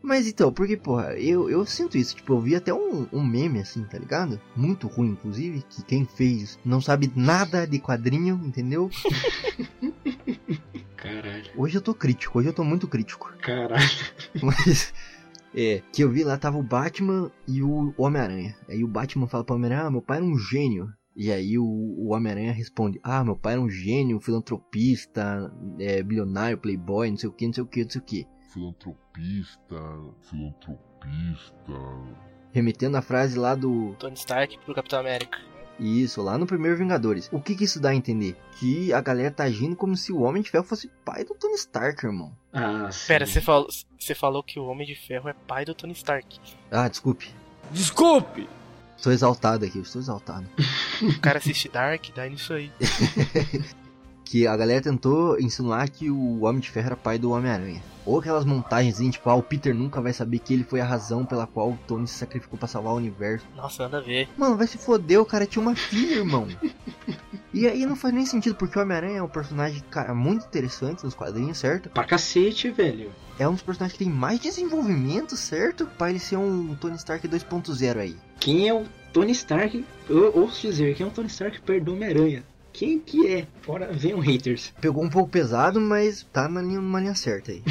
B: Mas então, porque, porra, eu, eu sinto isso. Tipo, eu vi até um, um meme assim, tá ligado? Muito ruim, inclusive, que quem fez não sabe nada de quadrinho, entendeu?
F: Caralho,
B: Hoje eu tô crítico, hoje eu tô muito crítico. *laughs*
F: caralho. *laughs*
B: Mas. É, que eu vi lá tava o Batman e o Homem-Aranha. Aí o Batman fala pro Homem-Aranha, ah, meu pai era um gênio. E aí o, o Homem-Aranha responde, ah, meu pai era um gênio, filantropista, é, bilionário, playboy, não sei o que, não sei o que, não sei o que.
A: Filantropista, filantropista.
B: Remetendo a frase lá do
E: Tony Stark pro Capitão América.
B: Isso, lá no primeiro Vingadores. O que, que isso dá a entender? Que a galera tá agindo como se o Homem de Ferro fosse pai do Tony Stark, irmão.
F: Ah, sim.
E: Pera, você falou, você falou que o Homem de Ferro é pai do Tony Stark.
B: Ah, desculpe.
G: Desculpe!
B: Estou exaltado aqui, estou exaltado.
E: O cara assiste Dark, dá nisso aí.
B: Que a galera tentou insinuar que o Homem de Ferro era pai do Homem-Aranha. Ou aquelas montagens, assim, tipo, ah, o Peter nunca vai saber que ele foi a razão pela qual o Tony se sacrificou pra salvar o universo.
E: Nossa, nada a ver.
B: Mano, vai se foder, o cara tinha uma filha, irmão. E aí não faz nem sentido, porque o Homem-Aranha é um personagem, cara, muito interessante nos quadrinhos, certo?
F: Pra cacete, velho.
B: é um dos personagens que tem mais desenvolvimento, certo? Pra ele ser um Tony Stark 2.0 aí.
F: Quem é o Tony Stark? Eu ouço dizer, quem é o Tony Stark perto do Homem-Aranha? Quem que é? Fora venham haters.
B: Pegou um pouco pesado, mas tá na linha, numa linha certa aí.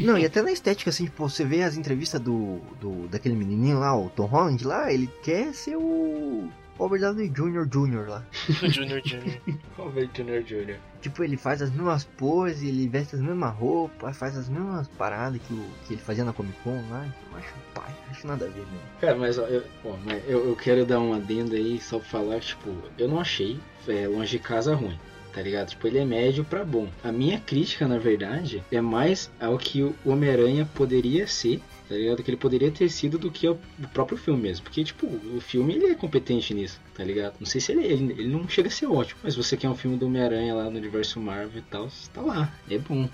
B: Não, e até na estética, assim, tipo, você vê as entrevistas do, do daquele menininho lá, o Tom Holland lá, ele quer ser o Robert Downey Jr. Jr. lá.
E: O Junior Junior.
F: Robert Jr. Jr.
B: Tipo, ele faz as mesmas poses, ele veste as mesmas roupas, faz as mesmas paradas que, o, que ele fazia na Comic Con lá. Eu acho, pai, acho nada a ver né? mesmo.
F: Cara, mas, ó, eu, ó, mas eu, eu quero dar uma adenda aí só pra falar, tipo, eu não achei é, Longe de Casa ruim, tá ligado? Tipo, ele é médio pra bom. A minha crítica, na verdade, é mais ao que o Homem-Aranha poderia ser, tá ligado? Que ele poderia ter sido do que ao- o próprio filme mesmo. Porque, tipo, o filme ele é competente nisso, tá ligado? Não sei se ele, ele, ele não chega a ser ótimo, mas você quer um filme do Homem-Aranha lá no universo Marvel e tal, tá lá, é bom,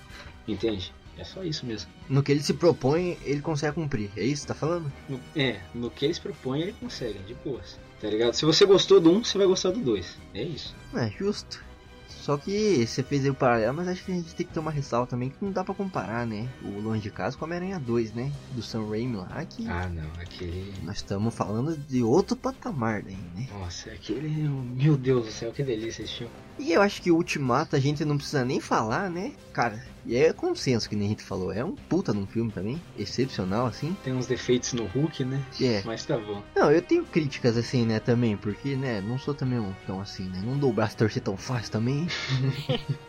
F: entende? É só isso mesmo.
B: No que ele se propõe, ele consegue cumprir. É isso que tá falando?
F: No- é, no que eles propõem, ele consegue, de boas. Tá ligado? Se você gostou do um, você vai gostar do dois. É isso.
B: É, justo. Só que você fez aí o paralelo, mas acho que a gente tem que ter uma ressalva também que não dá pra comparar, né? O Longe de Casa com o Homem-Aranha 2, né? Do Sam Raimi lá, que
F: Ah, não, aquele.
B: nós estamos falando de outro patamar daí, né?
F: Nossa, aquele. Meu Deus do céu, que delícia esse filme.
B: E eu acho que o Ultimato a gente não precisa nem falar, né? Cara, e é consenso que nem a gente falou, é um puta num filme também, excepcional assim.
F: Tem uns defeitos no Hulk, né?
B: É.
F: Mas tá bom.
B: Não, eu tenho críticas assim, né, também, porque, né, não sou também um tão assim, né, não dou o braço a torcer tão fácil também.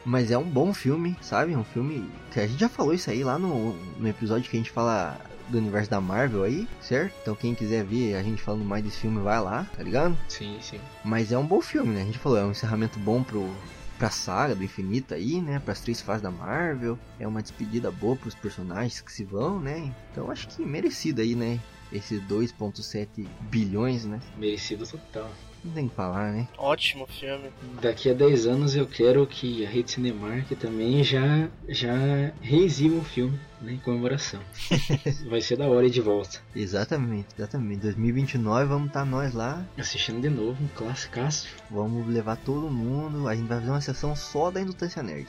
B: Mas é um bom filme, sabe? Um filme que a gente já falou isso aí lá no, no episódio que a gente fala do universo da Marvel aí, certo? Então quem quiser ver a gente falando mais desse filme, vai lá, tá ligado?
F: Sim, sim.
B: Mas é um bom filme, né? A gente falou, é um encerramento bom pro, pra saga do infinito aí, né? Pras três fases da Marvel. É uma despedida boa pros personagens que se vão, né? Então acho que merecido aí, né? Esses 2.7 bilhões, né?
F: Merecido total.
B: Não tem o que falar, né?
E: Ótimo filme.
F: Daqui a 10 anos eu quero que a Rede Cinemark também já, já reexiba o filme né, em *laughs* comemoração. Vai ser da hora ir de volta.
B: Exatamente, exatamente. 2029 vamos estar nós lá,
F: Assistindo de novo um classicaço.
B: vamos levar todo mundo, a gente vai fazer uma sessão só da Indutância Nerd.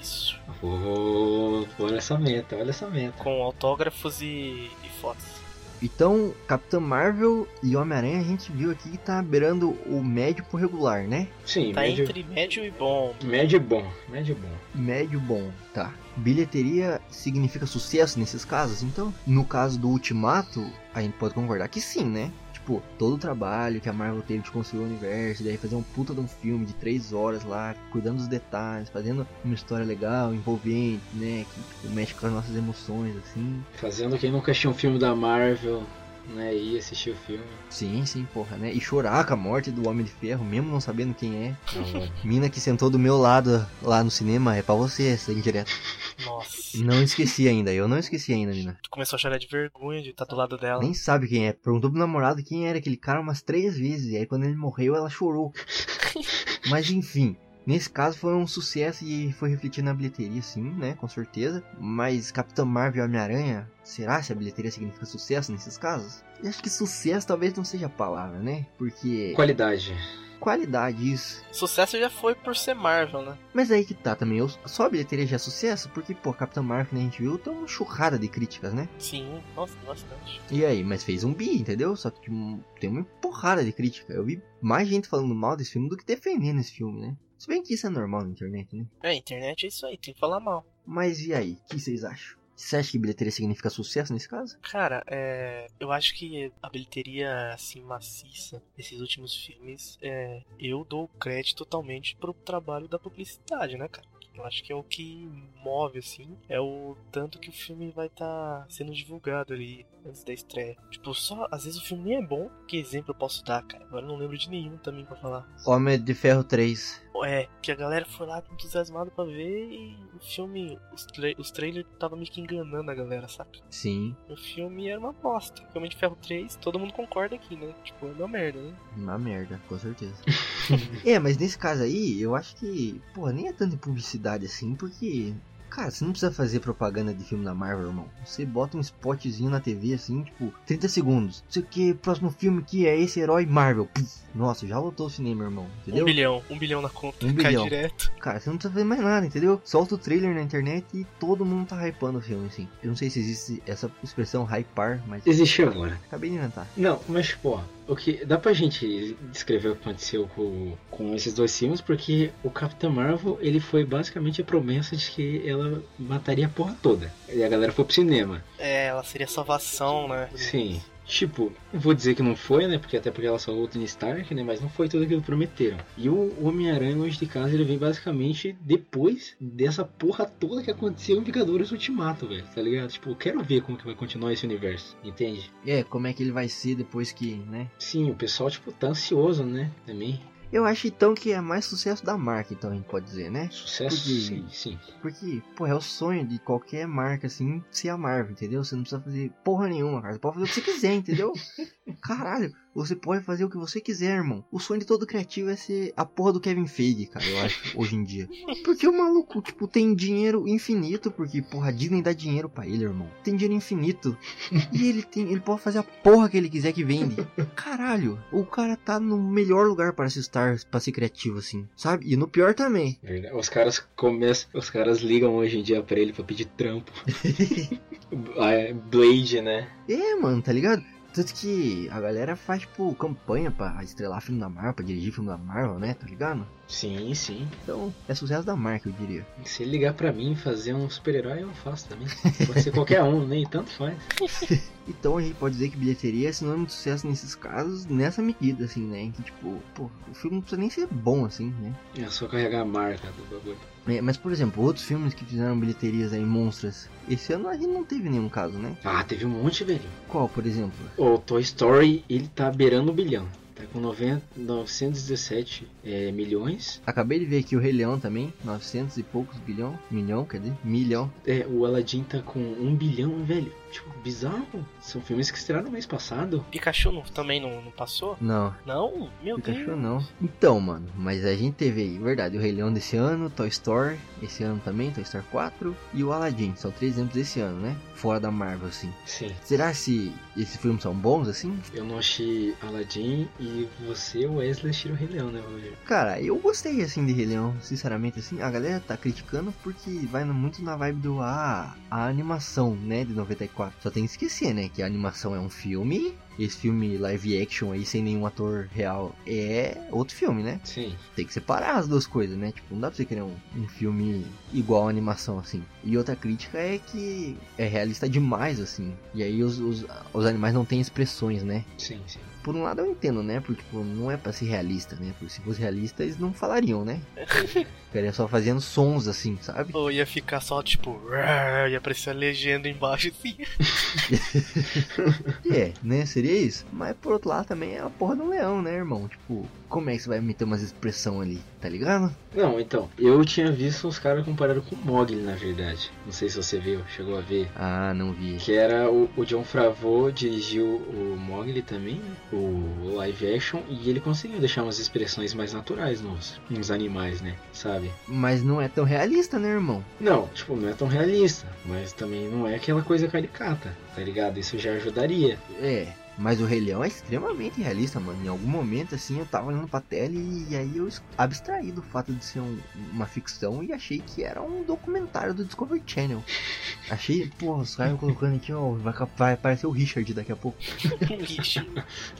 E: Isso.
F: Oh, olha essa meta, olha essa meta.
E: Com autógrafos e, e fotos.
B: Então, Capitã Marvel e Homem-Aranha a gente viu aqui que tá beirando o médio pro regular, né?
F: Sim,
E: Tá
F: médio,
E: entre médio e bom.
F: médio é bom, médio bom.
B: Médio bom, tá. Bilheteria significa sucesso nesses casos, então? No caso do Ultimato, a gente pode concordar que sim, né? Tipo, todo o trabalho que a Marvel teve de construir o universo, daí fazer um puta de um filme de três horas lá, cuidando dos detalhes, fazendo uma história legal, envolvente, né? Que tipo, mexe com as nossas emoções, assim.
F: Fazendo quem nunca assistiu um filme da Marvel, né, e assistir o filme.
B: Sim, sim, porra, né? E chorar com a morte do Homem de Ferro, mesmo não sabendo quem é.
F: Da hora.
B: Mina que sentou do meu lado lá no cinema, é pra você essa indireta.
E: Nossa.
B: Não esqueci ainda, eu não esqueci ainda, Mina.
E: Tu começou a chorar de vergonha de estar do lado dela.
B: Nem sabe quem é. Perguntou pro namorado quem era aquele cara umas três vezes. E aí quando ele morreu, ela chorou. Mas enfim. Nesse caso foi um sucesso e foi refletido na bilheteria, sim, né? Com certeza. Mas Capitão Marvel e Homem-Aranha, será se a bilheteria significa sucesso nesses casos? Eu acho que sucesso talvez não seja a palavra, né? Porque.
F: Qualidade.
B: Qualidade, isso.
E: Sucesso já foi por ser Marvel, né?
B: Mas aí que tá também, eu- só a bilheteria já é sucesso? Porque, pô, Capitão Marvel, que nem a gente viu, tem uma churrada de críticas, né?
E: Sim, nossa, bastante.
B: E aí, mas fez um bi, entendeu? Só que hum, tem uma porrada de crítica. Eu vi mais gente falando mal desse filme do que defendendo esse filme, né? Se bem que isso é normal na internet, né?
E: É, a internet é isso aí, tem que falar mal.
B: Mas e aí, o que vocês acham? Você acha que bilheteria significa sucesso nesse caso?
E: Cara, é, eu acho que a bilheteria assim maciça desses últimos filmes, é, eu dou crédito totalmente pro trabalho da publicidade, né, cara? Eu acho que é o que move, assim, é o tanto que o filme vai estar sendo divulgado ali antes da estreia. Tipo, só, às vezes o filme nem é bom. Que exemplo eu posso dar, cara? Agora eu não lembro de nenhum também pra falar.
B: Homem de Ferro 3.
E: É, que a galera foi lá entusiasmada pra ver e o filme, os, tra os trailers tava meio que enganando a galera, saca?
B: Sim,
E: O filme era uma bosta. O Homem de Ferro 3, todo mundo concorda aqui, né? Tipo, é uma merda, né?
B: uma merda, com certeza. é, mas nesse caso aí, eu acho que, pô, nem é tanto publicidade assim, porque. Cara, você não precisa fazer propaganda de filme da Marvel, irmão. Você bota um spotzinho na TV assim, tipo, 30 segundos. Não sei o que, próximo filme que é esse herói Marvel. Puf. Nossa, já lotou o cinema, irmão. Entendeu?
E: Um bilhão, um bilhão na conta,
B: Um
E: cai
B: bilhão.
E: direto.
B: Cara, você não precisa fazer mais nada, entendeu? Solta o trailer na internet e todo mundo tá hypando o filme, assim. Eu não sei se existe essa expressão hypar, mas
F: Existe agora.
B: acabei de inventar.
F: Não, mas pô, o que dá pra gente descrever o que aconteceu com, com esses dois filmes, porque o Capitão Marvel, ele foi basicamente a promessa de que ela mataria a porra toda. E a galera foi pro cinema.
E: É, ela seria a salvação, né?
F: Sim. Tipo, não vou dizer que não foi, né? Porque até porque ela salvou o Tony Stark, né? Mas não foi tudo aquilo que prometeram. E o Homem-Aranha longe de casa, ele vem basicamente depois dessa porra toda que aconteceu em Vingadores Ultimato, velho. Tá ligado? Tipo, eu quero ver como que vai continuar esse universo, entende?
B: É, como é que ele vai ser depois que, né?
F: Sim, o pessoal, tipo, tá ansioso, né? Também.
B: Eu acho então que é mais sucesso da marca, então a gente pode dizer, né?
F: Sucesso,
B: Porque-
F: sim, sim.
B: Porque, pô, é o sonho de qualquer marca, assim, ser a Marvel, entendeu? Você não precisa fazer porra nenhuma, cara. Você pode fazer o que você quiser, entendeu? Caralho, você pode fazer o que você quiser, irmão. O sonho de todo criativo é ser a porra do Kevin Feige, cara, eu acho, hoje em dia. Porque o maluco, tipo, tem dinheiro infinito, porque, porra, a Disney dá dinheiro pra ele, irmão. Tem dinheiro infinito. E ele tem, ele pode fazer a porra que ele quiser que vende. Caralho, o cara tá no melhor lugar para se estar, para ser criativo, assim, sabe? E no pior também.
F: Verdade. Os caras começam. Os caras ligam hoje em dia pra ele pra pedir *laughs* trampo. Ah, é, Blade, né?
B: É, mano, tá ligado? Tanto que a galera faz, tipo, campanha pra estrelar filme da Marvel, pra dirigir filme da Marvel, né? Tá ligado?
F: Sim, sim.
B: Então, é sucesso da marca, eu diria.
F: Se ele ligar pra mim e fazer um super-herói, eu faço também. Pode ser qualquer um, nem tanto faz.
B: Então a gente pode dizer que bilheteria é sinônimo de sucesso nesses casos, nessa medida, assim, né? Que, tipo, pô, o filme não precisa nem ser bom, assim, né?
F: É só carregar a marca do bagulho.
B: É, mas, por exemplo, outros filmes que fizeram bilheterias aí monstras, esse ano a gente não teve nenhum caso, né?
F: Ah, teve um monte, velho.
B: Qual, por exemplo?
F: O Toy Story, ele tá beirando o bilhão. Tá com 90, 917 é, milhões.
B: Acabei de ver aqui o Rei Leão também, 900 e poucos bilhão, milhão, quer dizer, milhão.
F: É, o Aladdin tá com 1 bilhão, velho. Tipo, bizarro. São filmes que estrearam no mês passado.
E: Pikachu não- também não, não passou?
B: Não,
E: Não? né? Meu
B: Pikachu
E: Deus.
B: não. Então, mano, mas a gente teve aí, verdade, o Rei Leão desse ano, Toy Story, esse ano também, Toy Story 4 e o Aladdin, são três exemplos desse ano, né? Fora da Marvel, assim.
F: Sim.
B: Será se esses filmes são bons, assim?
F: Eu não achei Aladdin e você, Wesley, assistiu o Rei Leão, né, Roger?
B: Cara, eu gostei assim de Rei Leão, sinceramente assim. A galera tá criticando porque vai no- muito na vibe do ah, a animação, né, de 94. Só tem que esquecer, né, que a animação é um filme. Esse filme live action aí sem nenhum ator real é outro filme, né?
F: Sim.
B: Tem que separar as duas coisas, né? Tipo, não dá pra você criar um, um filme igual à animação, assim. E outra crítica é que é realista demais, assim. E aí os, os, os animais não têm expressões, né?
F: Sim, sim.
B: Por um lado eu entendo, né? Porque tipo, não é pra ser realista, né? Porque se fosse realista eles não falariam, né? Ficaria só fazendo sons assim, sabe?
E: Ou ia ficar só tipo. "Rar", Ia aparecer a legenda embaixo assim. *laughs*
B: E é, né? Seria isso. Mas por outro lado também é a porra do leão, né, irmão? Tipo, como é que você vai meter umas expressão ali, tá ligado?
F: Não, então, eu tinha visto os caras comparando com o Mogli, na verdade. Não sei se você viu, chegou a ver.
B: Ah, não vi.
F: Que era o, o John Favreau dirigiu o Mogli também, né? o live action, e ele conseguiu deixar umas expressões mais naturais nos, nos animais, né? Sabe?
B: Mas não é tão realista, né, irmão?
F: Não, tipo, não é tão realista, mas também não é aquela coisa caricata, tá ligado? Isso já ajudaria.
B: É. Mas o Rei Leão é extremamente realista, mano. Em algum momento, assim, eu tava olhando pra tela e aí eu es- abstraí do fato de ser um- uma ficção e achei que era um documentário do Discovery Channel. Achei, porra, os caras colocando aqui, ó, vai, cap- vai aparecer o Richard daqui a pouco.
E: tipo Lixo.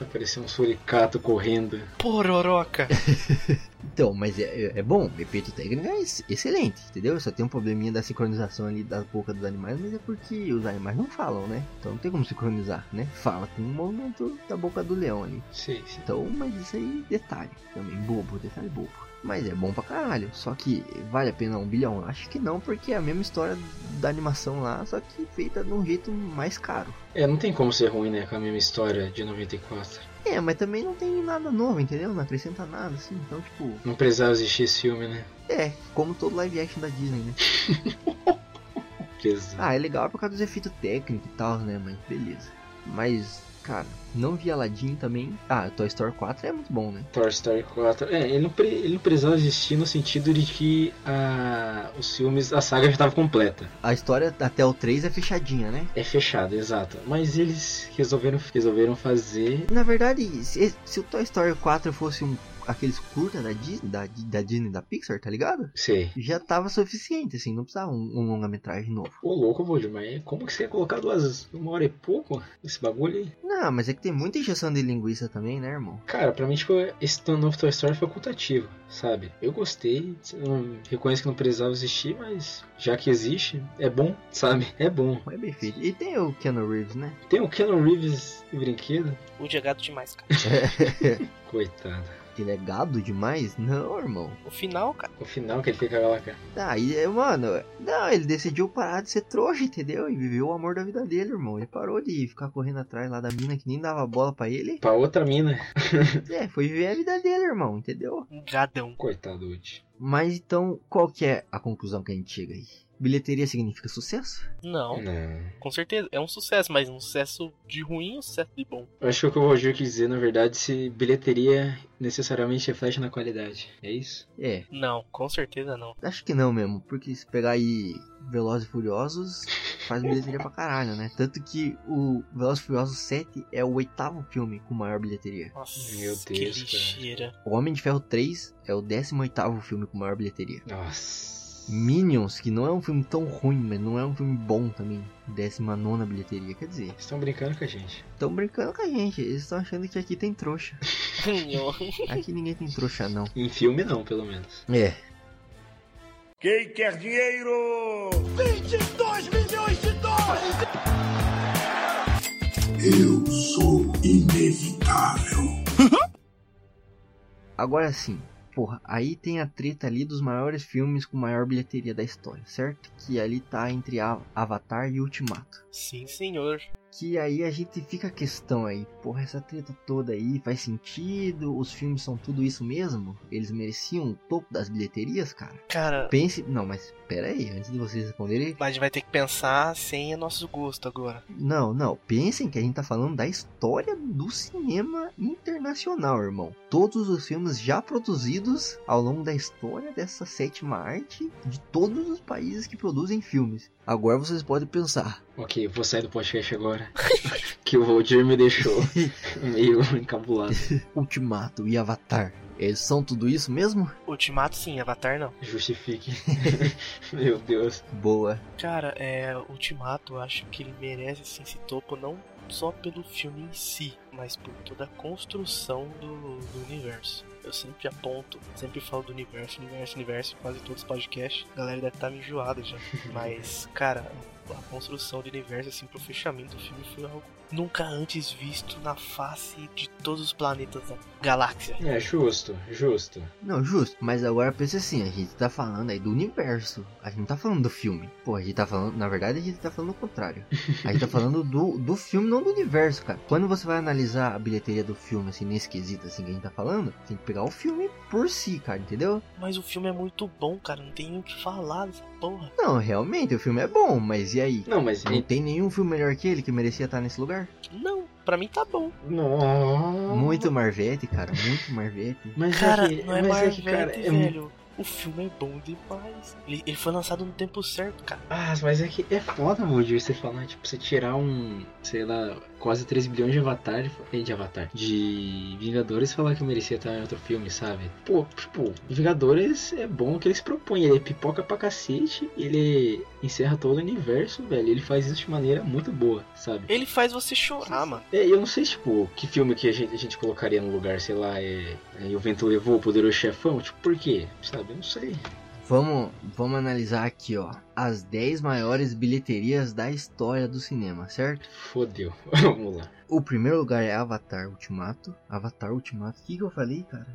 F: Apareceu um suricato correndo.
E: Pororoca.
B: Então, mas é, é- é bom, o efeito técnico é ex- excelente, entendeu? Só tem um probleminha da sincronização ali da boca dos animais, mas é porque os animais não falam, né? Então não tem como sincronizar, né? Fala com o movimento da boca do leão ali.
F: Sim, sim.
B: Então, mas isso aí, detalhe. Também bobo, detalhe bobo. Mas é bom pra caralho. Só que vale a pena um bilhão? Acho que não, porque é a mesma história da animação lá, só que feita de um jeito mais caro.
F: É, não tem como ser ruim, né? Com a mesma história de 94.
B: É, mas também não tem nada novo, entendeu? Não acrescenta nada, assim. Então, tipo,
F: Não precisava existir esse filme, né?
B: é, como todo live action da Disney, né?
F: Precisava.
B: Ah, é legal por causa dos efeitos técnicos e tal, né? Mas beleza. Mas, cara, não vi Aladdin também. Ah, Toy Story 4 é muito bom, né?
F: Toy Story 4. É, ele não, pre- ele não precisava existir no sentido de que a, os filmes, a saga já estava completa.
B: A história até o 3 é fechadinha, né?
F: É fechada, exato. Mas eles resolveram, resolveram fazer.
B: Na verdade, se, se o Toy Story 4 fosse um aqueles curta da Disney, da, da Disney, da Pixar, tá ligado?
F: Sei.
B: Já tava suficiente, assim, não precisava um, um longa-metragem novo.
F: Ô louco, Bolho, mas como que você ia colocar duas. uma hora e pouco esse bagulho aí?
B: Não, mas é que tem muita injeção de linguiça também, né, irmão?
F: Cara, pra mim, tipo, esse novo Toy Story foi facultativo, sabe? Eu gostei, eu não- reconheço que não precisava existir, mas já que existe, é bom, sabe? É bom.
B: Mas bem feito. E tem o Keanu Reeves, né?
F: Tem o Keanu Reeves e brinquedo?
E: O dia é gato demais, cara.
F: Coitado.
B: Ele é gado demais? Não, irmão.
E: O final, cara.
F: O final que ele fica lá, cara.
B: Ah, e, é, mano, não, ele decidiu parar de ser trouxa, entendeu? E viveu o amor da vida dele, irmão. Ele parou de ficar correndo atrás lá da mina que nem dava bola pra ele.
F: Pra outra mina.
B: É, foi viver a vida dele, irmão, entendeu?
E: Um gadão.
F: Coitado, Woody.
B: Mas então, qual que é a conclusão que a gente chega aí? Bilheteria significa sucesso?
E: Não,
F: Não.
E: com certeza. É um sucesso, mas um sucesso de ruim, um sucesso de bom.
F: Eu acho que o que o Roger quis dizer, na verdade, se bilheteria necessariamente reflete na qualidade. É isso?
B: É,
E: Não, com certeza não.
B: acho que não mesmo, porque se pegar aí Velozes e Furiosos, faz bilheteria pra caralho, né? Tanto que o Velozes e Furiosos 7 é o oitavo filme com maior bilheteria.
E: Nossa,
F: Meu
E: que
F: Deus, cara.
E: lixeira.
B: O Homem de Ferro 3 é o 18º filme com maior bilheteria.
F: Nossa.
B: Minions, que não é um filme tão ruim, mas não é um filme bom também. 19 bilheteria, quer dizer,
F: Vocês estão brincando com a gente.
B: estão brincando com a gente, eles estão achando que aqui tem *laughs* trouxa. Aqui ninguém tem trouxa, não.
F: Em filme, não, pelo menos.
B: É.
G: Quem quer dinheiro?
A: Eu sou inevitável.
B: Agora sim, porra, aí tem a treta ali dos maiores filmes com maior bilheteria da história, certo? Que ali tá entre a- Avatar e Ultimato.
E: Sim, senhor.
B: Que aí a gente fica a questão aí, porra, essa treta toda aí faz sentido? Os filmes são tudo isso mesmo? Eles mereciam o topo das bilheterias, cara?
E: Cara,
B: Pense. Não, mas pera aí, antes de vocês responderem.
E: a gente vai ter que pensar sem o nosso gosto agora.
B: Não, não. Pensem que a gente tá falando da história do cinema internacional, irmão. Todos os filmes já produzidos ao longo da história dessa sétima arte de todos os países que produzem filmes. Agora vocês podem pensar.
F: Ok, eu vou sair do podcast
E: *laughs*
F: agora. que o Valdir me deixou *laughs* meio encabulado.
B: Ultimato e Avatar. Eles são tudo isso mesmo?
E: Ultimato sim, Avatar não.
F: Justifique. *laughs* Meu Deus.
B: Boa.
E: Cara, é, Ultimato, eu acho que ele merece assim, esse topo não só pelo filme em si, mas por toda a construção do, do universo. Eu sempre aponto, sempre falo do universo, universo, universo, quase todos os podcasts. A galera deve estar me enjoada já. Mas, cara, a construção do universo, assim, pro fechamento do filme foi algo nunca antes visto na face de todos os planetas da galáxia.
F: É, justo, justo.
B: Não, justo. Mas agora pensa assim, a gente tá falando aí do universo. A gente não tá falando do filme. Pô, a gente tá falando. Na verdade, a gente tá falando o contrário. A gente tá falando do, do filme, não do universo, cara. Quando você vai analisar a bilheteria do filme, assim, nesse quesito assim que a gente tá falando, tem que pegar o filme por si, cara, entendeu?
E: Mas o filme é muito bom, cara, não tem nem o que falar dessa porra.
B: Não, realmente, o filme é bom, mas e aí?
F: Não, mas.
B: Não tem nenhum filme melhor que ele que merecia estar nesse lugar?
E: Não, pra mim tá bom.
F: Não.
B: Muito Marvete, cara, muito Marvete.
F: Mas
E: Cara,
F: é que,
E: não é
F: mas é
E: Marvel,
F: que, cara, é mu-
E: velho. O filme é bom demais. Ele, ele foi lançado no tempo certo, cara.
F: Ah, mas é que é foda, Valdir, você falar, tipo, você tirar um, sei lá, quase 3 bilhões de Avatar, eh, de Avatar, de Vingadores e falar que merecia estar em outro filme, sabe? Pô, tipo, Vingadores é bom que eles propõem, ele é pipoca pra cacete, ele encerra todo o universo, velho, ele faz isso de maneira muito boa, sabe?
E: Ele faz você
F: *laughs*
E: chorar, mano.
F: É, eu não sei, tipo, que filme que a gente, a gente colocaria no lugar, sei lá, é, é O Vento Levou, O Poderoso Chefão, tipo, por quê? Sabe, eu não sei.
B: Vamos, vamos analisar aqui, ó. As 10 maiores bilheterias da história do cinema, certo?
F: Fodeu, *laughs* vamos lá.
B: O primeiro lugar é Avatar Ultimato. Avatar Ultimato. O que, que eu falei, cara?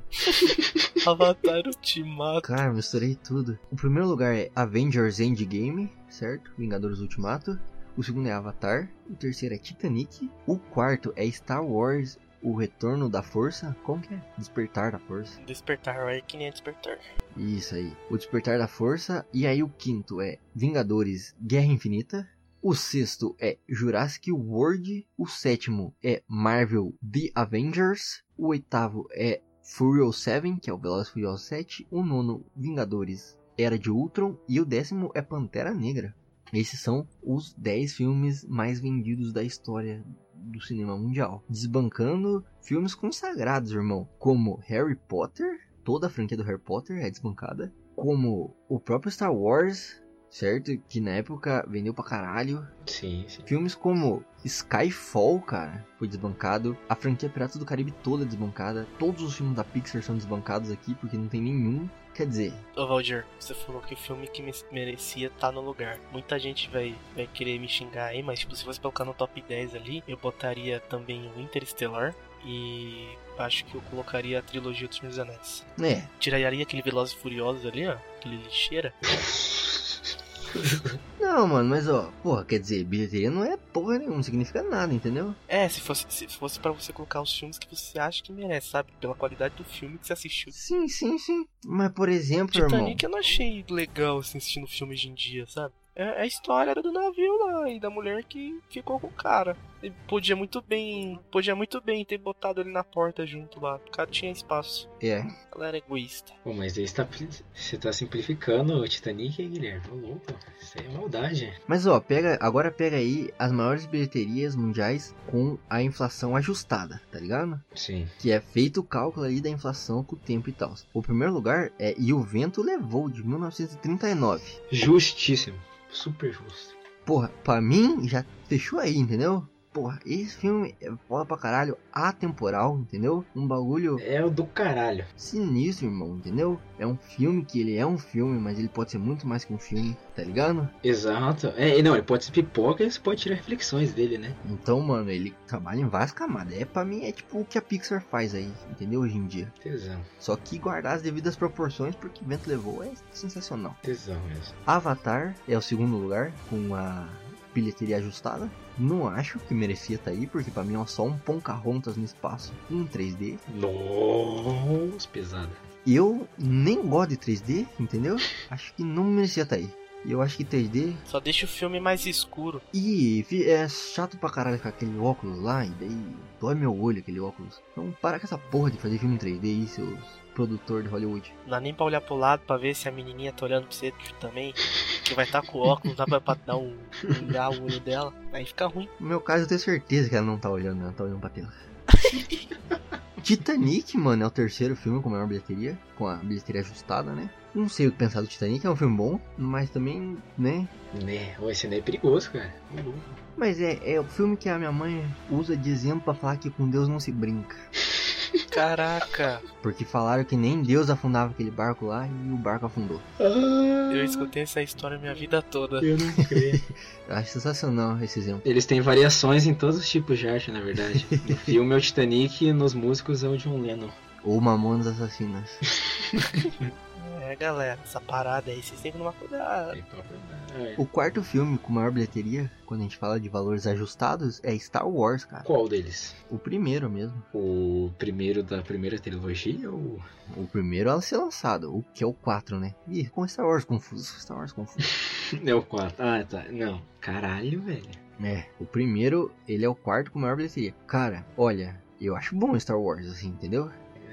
E: Avatar Ultimato.
B: Cara, misturei tudo. O primeiro lugar é Avengers Endgame, certo? Vingadores Ultimato. O segundo é Avatar. O terceiro é Titanic. O quarto é Star Wars. O Retorno da Força. Como que é? Despertar da Força.
E: Despertar, aí que nem é despertar.
B: Isso aí. O Despertar da Força. E aí o quinto é Vingadores Guerra Infinita. O sexto é Jurassic World. O sétimo é Marvel The Avengers. O oitavo é Furious 7, que é o Velozes e Furiosos 7. O nono, Vingadores Era de Ultron. E o décimo é Pantera Negra. Esses são os 10 filmes mais vendidos da história do cinema mundial. Desbancando filmes consagrados, irmão. Como Harry Potter, toda a franquia do Harry Potter é desbancada. Como o próprio Star Wars, certo? Que na época vendeu pra caralho.
F: Sim, sim.
B: Filmes como Skyfall, cara, foi desbancado. A franquia Piratas do Caribe toda é desbancada. Todos os filmes da Pixar são desbancados aqui, porque não tem nenhum. Quer dizer,
E: Ô, Valdir, você falou que o filme que me- merecia tá no lugar. Muita gente vai, vai querer me xingar aí, mas tipo, se fosse colocar no top 10 ali, eu botaria também o Interestelar. E acho que eu colocaria a trilogia dos Meus Anéis.
B: né?
E: Tiraria aquele Velozes e Furiosos ali, ó. Aquele lixeira.
B: Não, mano, mas ó, porra, quer dizer, bilheteria não é porra nenhuma, não significa nada, entendeu?
E: É, se fosse, se fosse pra você colocar os filmes que você acha que merece, sabe? Pela qualidade do filme que você assistiu.
B: Sim, sim, sim. Mas por exemplo, irmão.
E: Titanic eu não achei legal assim, assistindo filme hoje em dia, sabe? É a história do navio lá e da mulher que ficou com o cara. E podia muito bem. Podia muito bem ter botado ele na porta junto lá. O cara tinha espaço.
B: É.
E: A galera é egoísta.
F: Pô, mas aí você tá, você tá simplificando o Titanic, hein, Guilherme? Ô, louco. Isso aí é maldade.
B: Mas ó, pega, agora pega aí as maiores bilheterias mundiais com a inflação ajustada, tá ligado?
F: Sim.
B: Que é feito o cálculo ali da inflação com o tempo e tal. O primeiro lugar é E o Vento Levou, de 1939.
F: Justíssimo. Super justo.
B: Porra, pra mim já fechou aí, entendeu? Porra, esse filme é foda pra caralho, atemporal, entendeu? Um bagulho
F: É o do caralho.
B: sinistro, irmão, entendeu? É um filme que ele é um filme, mas ele pode ser muito mais que um filme, tá ligado?
F: Exato. É, e não, ele pode ser pipoca e você pode tirar reflexões dele, né?
B: Então, mano, ele trabalha em várias camadas. É pra mim é tipo o que a Pixar faz aí, entendeu? Hoje em dia.
F: Tesão.
B: Só que guardar as devidas proporções, porque Vento levou é sensacional.
F: Tesão mesmo.
B: Avatar é o segundo lugar, com a bilheteria ajustada. Não acho que merecia estar aí, porque pra mim é só um Poncarrontas no espaço um em 3D.
F: Nossa, pesada.
B: E eu nem gosto de 3D, entendeu? Acho que não merecia estar aí. E eu acho que 3D.
E: Só deixa o filme mais escuro.
B: Ih, fi- é chato pra caralho com aquele óculos lá, e daí dói meu olho aquele óculos. Então para com essa porra de fazer filme em 3D aí, seus produtor de Hollywood.
E: Não dá nem pra olhar pro lado pra ver se a menininha tá olhando pra você também. Que vai estar tá com óculos, dá pra pra dar um. vingar o olho dela. Aí fica ruim.
B: No meu caso, eu tenho certeza que ela não tá olhando, ela tá olhando pra tela. Titanic, mano, é o terceiro filme com maior bilheteria, com a bilheteria ajustada, né? Não sei o que pensar do Titanic, é um filme bom, mas também, né?
F: Né? Ô, Esse daí é perigoso, cara.
B: Mas é, é o filme que a minha mãe usa de exemplo pra falar que com Deus não se brinca.
E: Caraca,
B: Porque falaram que nem Deus afundava aquele barco lá e o barco afundou.
F: Ah,
E: eu escutei essa história minha vida toda.
F: eu não *laughs* creio.
B: Eu acho sensacional esse exemplo.
F: Eles têm variações em todos os tipos de arte, na *laughs* verdade. No filme é o Titanic e nos músicos é o John Lennon.
B: Ou Mamonas Assassinas.
E: É, galera, essa parada aí, vocês têm que tomar cuidado.
F: É.
B: O quarto filme com maior bilheteria, quando a gente fala de valores ajustados, é Star Wars, cara.
F: Qual deles?
B: O primeiro mesmo.
F: O primeiro da primeira trilogia ou. *laughs*
B: O primeiro a ser lançado, o que é o 4, né? Ih, com Star Wars confuso, Star Wars confuso.
F: É o 4. Ah, tá. Não. Caralho, velho.
B: é, o primeiro, ele é o quarto com maior bilheteria. Cara, olha, eu acho bom Star Wars, assim, entendeu?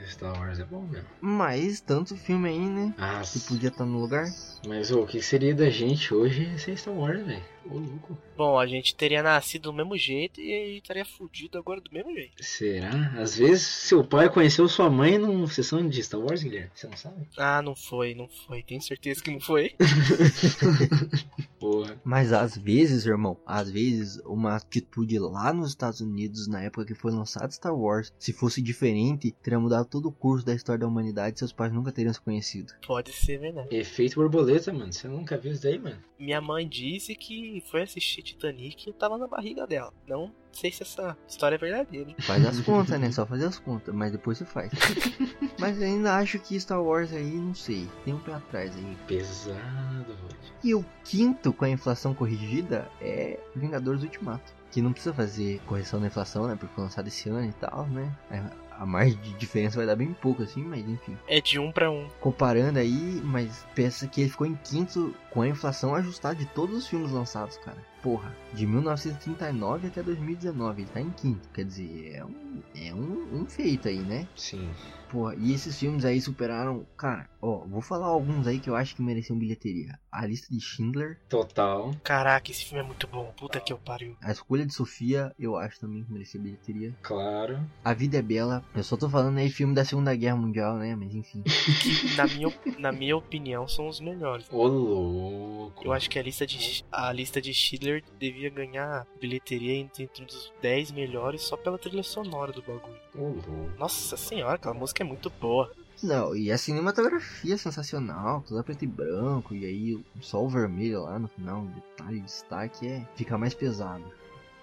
F: Star Wars é bom mesmo.
B: Mas tanto filme aí, né?
F: Ah,
B: Que podia estar no lugar.
F: mas ô, o que seria da gente hoje sem Star Wars, velho? Ô, louco.
E: Bom, a gente teria nascido do mesmo jeito e a gente estaria fudido agora do mesmo jeito.
F: Será? Às vezes seu pai conheceu sua mãe numa sessão de Star Wars, Guilherme. Você não sabe?
E: Ah, não foi, não foi. Tenho certeza que não foi. *laughs*
F: Porra.
B: Mas às vezes, irmão, às vezes uma atitude lá nos Estados Unidos, na época que foi lançado Star Wars, se fosse diferente, teria mudado todo o curso da história da humanidade e seus pais nunca teriam se conhecido.
E: Pode ser verdade.
F: Efeito borboleta, mano. Você nunca viu isso daí, mano?
E: Minha mãe disse que foi assistir Titanic e eu tava na barriga dela. Não sei se essa história é verdadeira. hein?
B: Faz as contas, né? Só fazer as contas, mas depois você faz. mas eu ainda acho que Star Wars aí, não sei, tem um pé atrás aí.
F: Pesado, velho.
B: E o quinto com a inflação corrigida é Vingadores Ultimato. Que não precisa fazer correção da inflação, né? Porque foi lançado esse ano e tal, né? A- A margem de diferença vai dar bem pouco, assim, mas enfim.
E: É de um pra um.
B: Comparando aí, mas pensa que ele ficou em quinto com a inflação ajustada de todos os filmes lançados, cara. Porra, de 1939 até 2019, ele tá em quinto. Quer dizer, é um, é um, um feito aí, né?
F: Sim.
B: Porra, e esses filmes aí superaram. Cara, ó, vou falar alguns aí que eu acho que mereciam bilheteria: A Lista de Schindler,
F: Total.
E: Caraca, esse filme é muito bom. Puta que eu pariu.
B: A Escolha de Sofia, eu acho também que merecia bilheteria.
F: Claro.
B: A Vida é Bela, eu só tô falando aí filme da Segunda Guerra Mundial, né? Mas enfim.
E: Na minha, op- na minha opinião, são os melhores.
F: Ô, louco.
E: Eu acho que a lista de a lista de Schindler devia ganhar bilheteria entre, entre os 10 melhores só pela trilha sonora do bagulho.
F: Ô, louco.
E: Nossa senhora, aquela música é muito boa.
B: Não, e a cinematografia é sensacional, toda preto e branco, e aí só o vermelho lá no final, um detalhe, destaque, é. Fica mais pesado.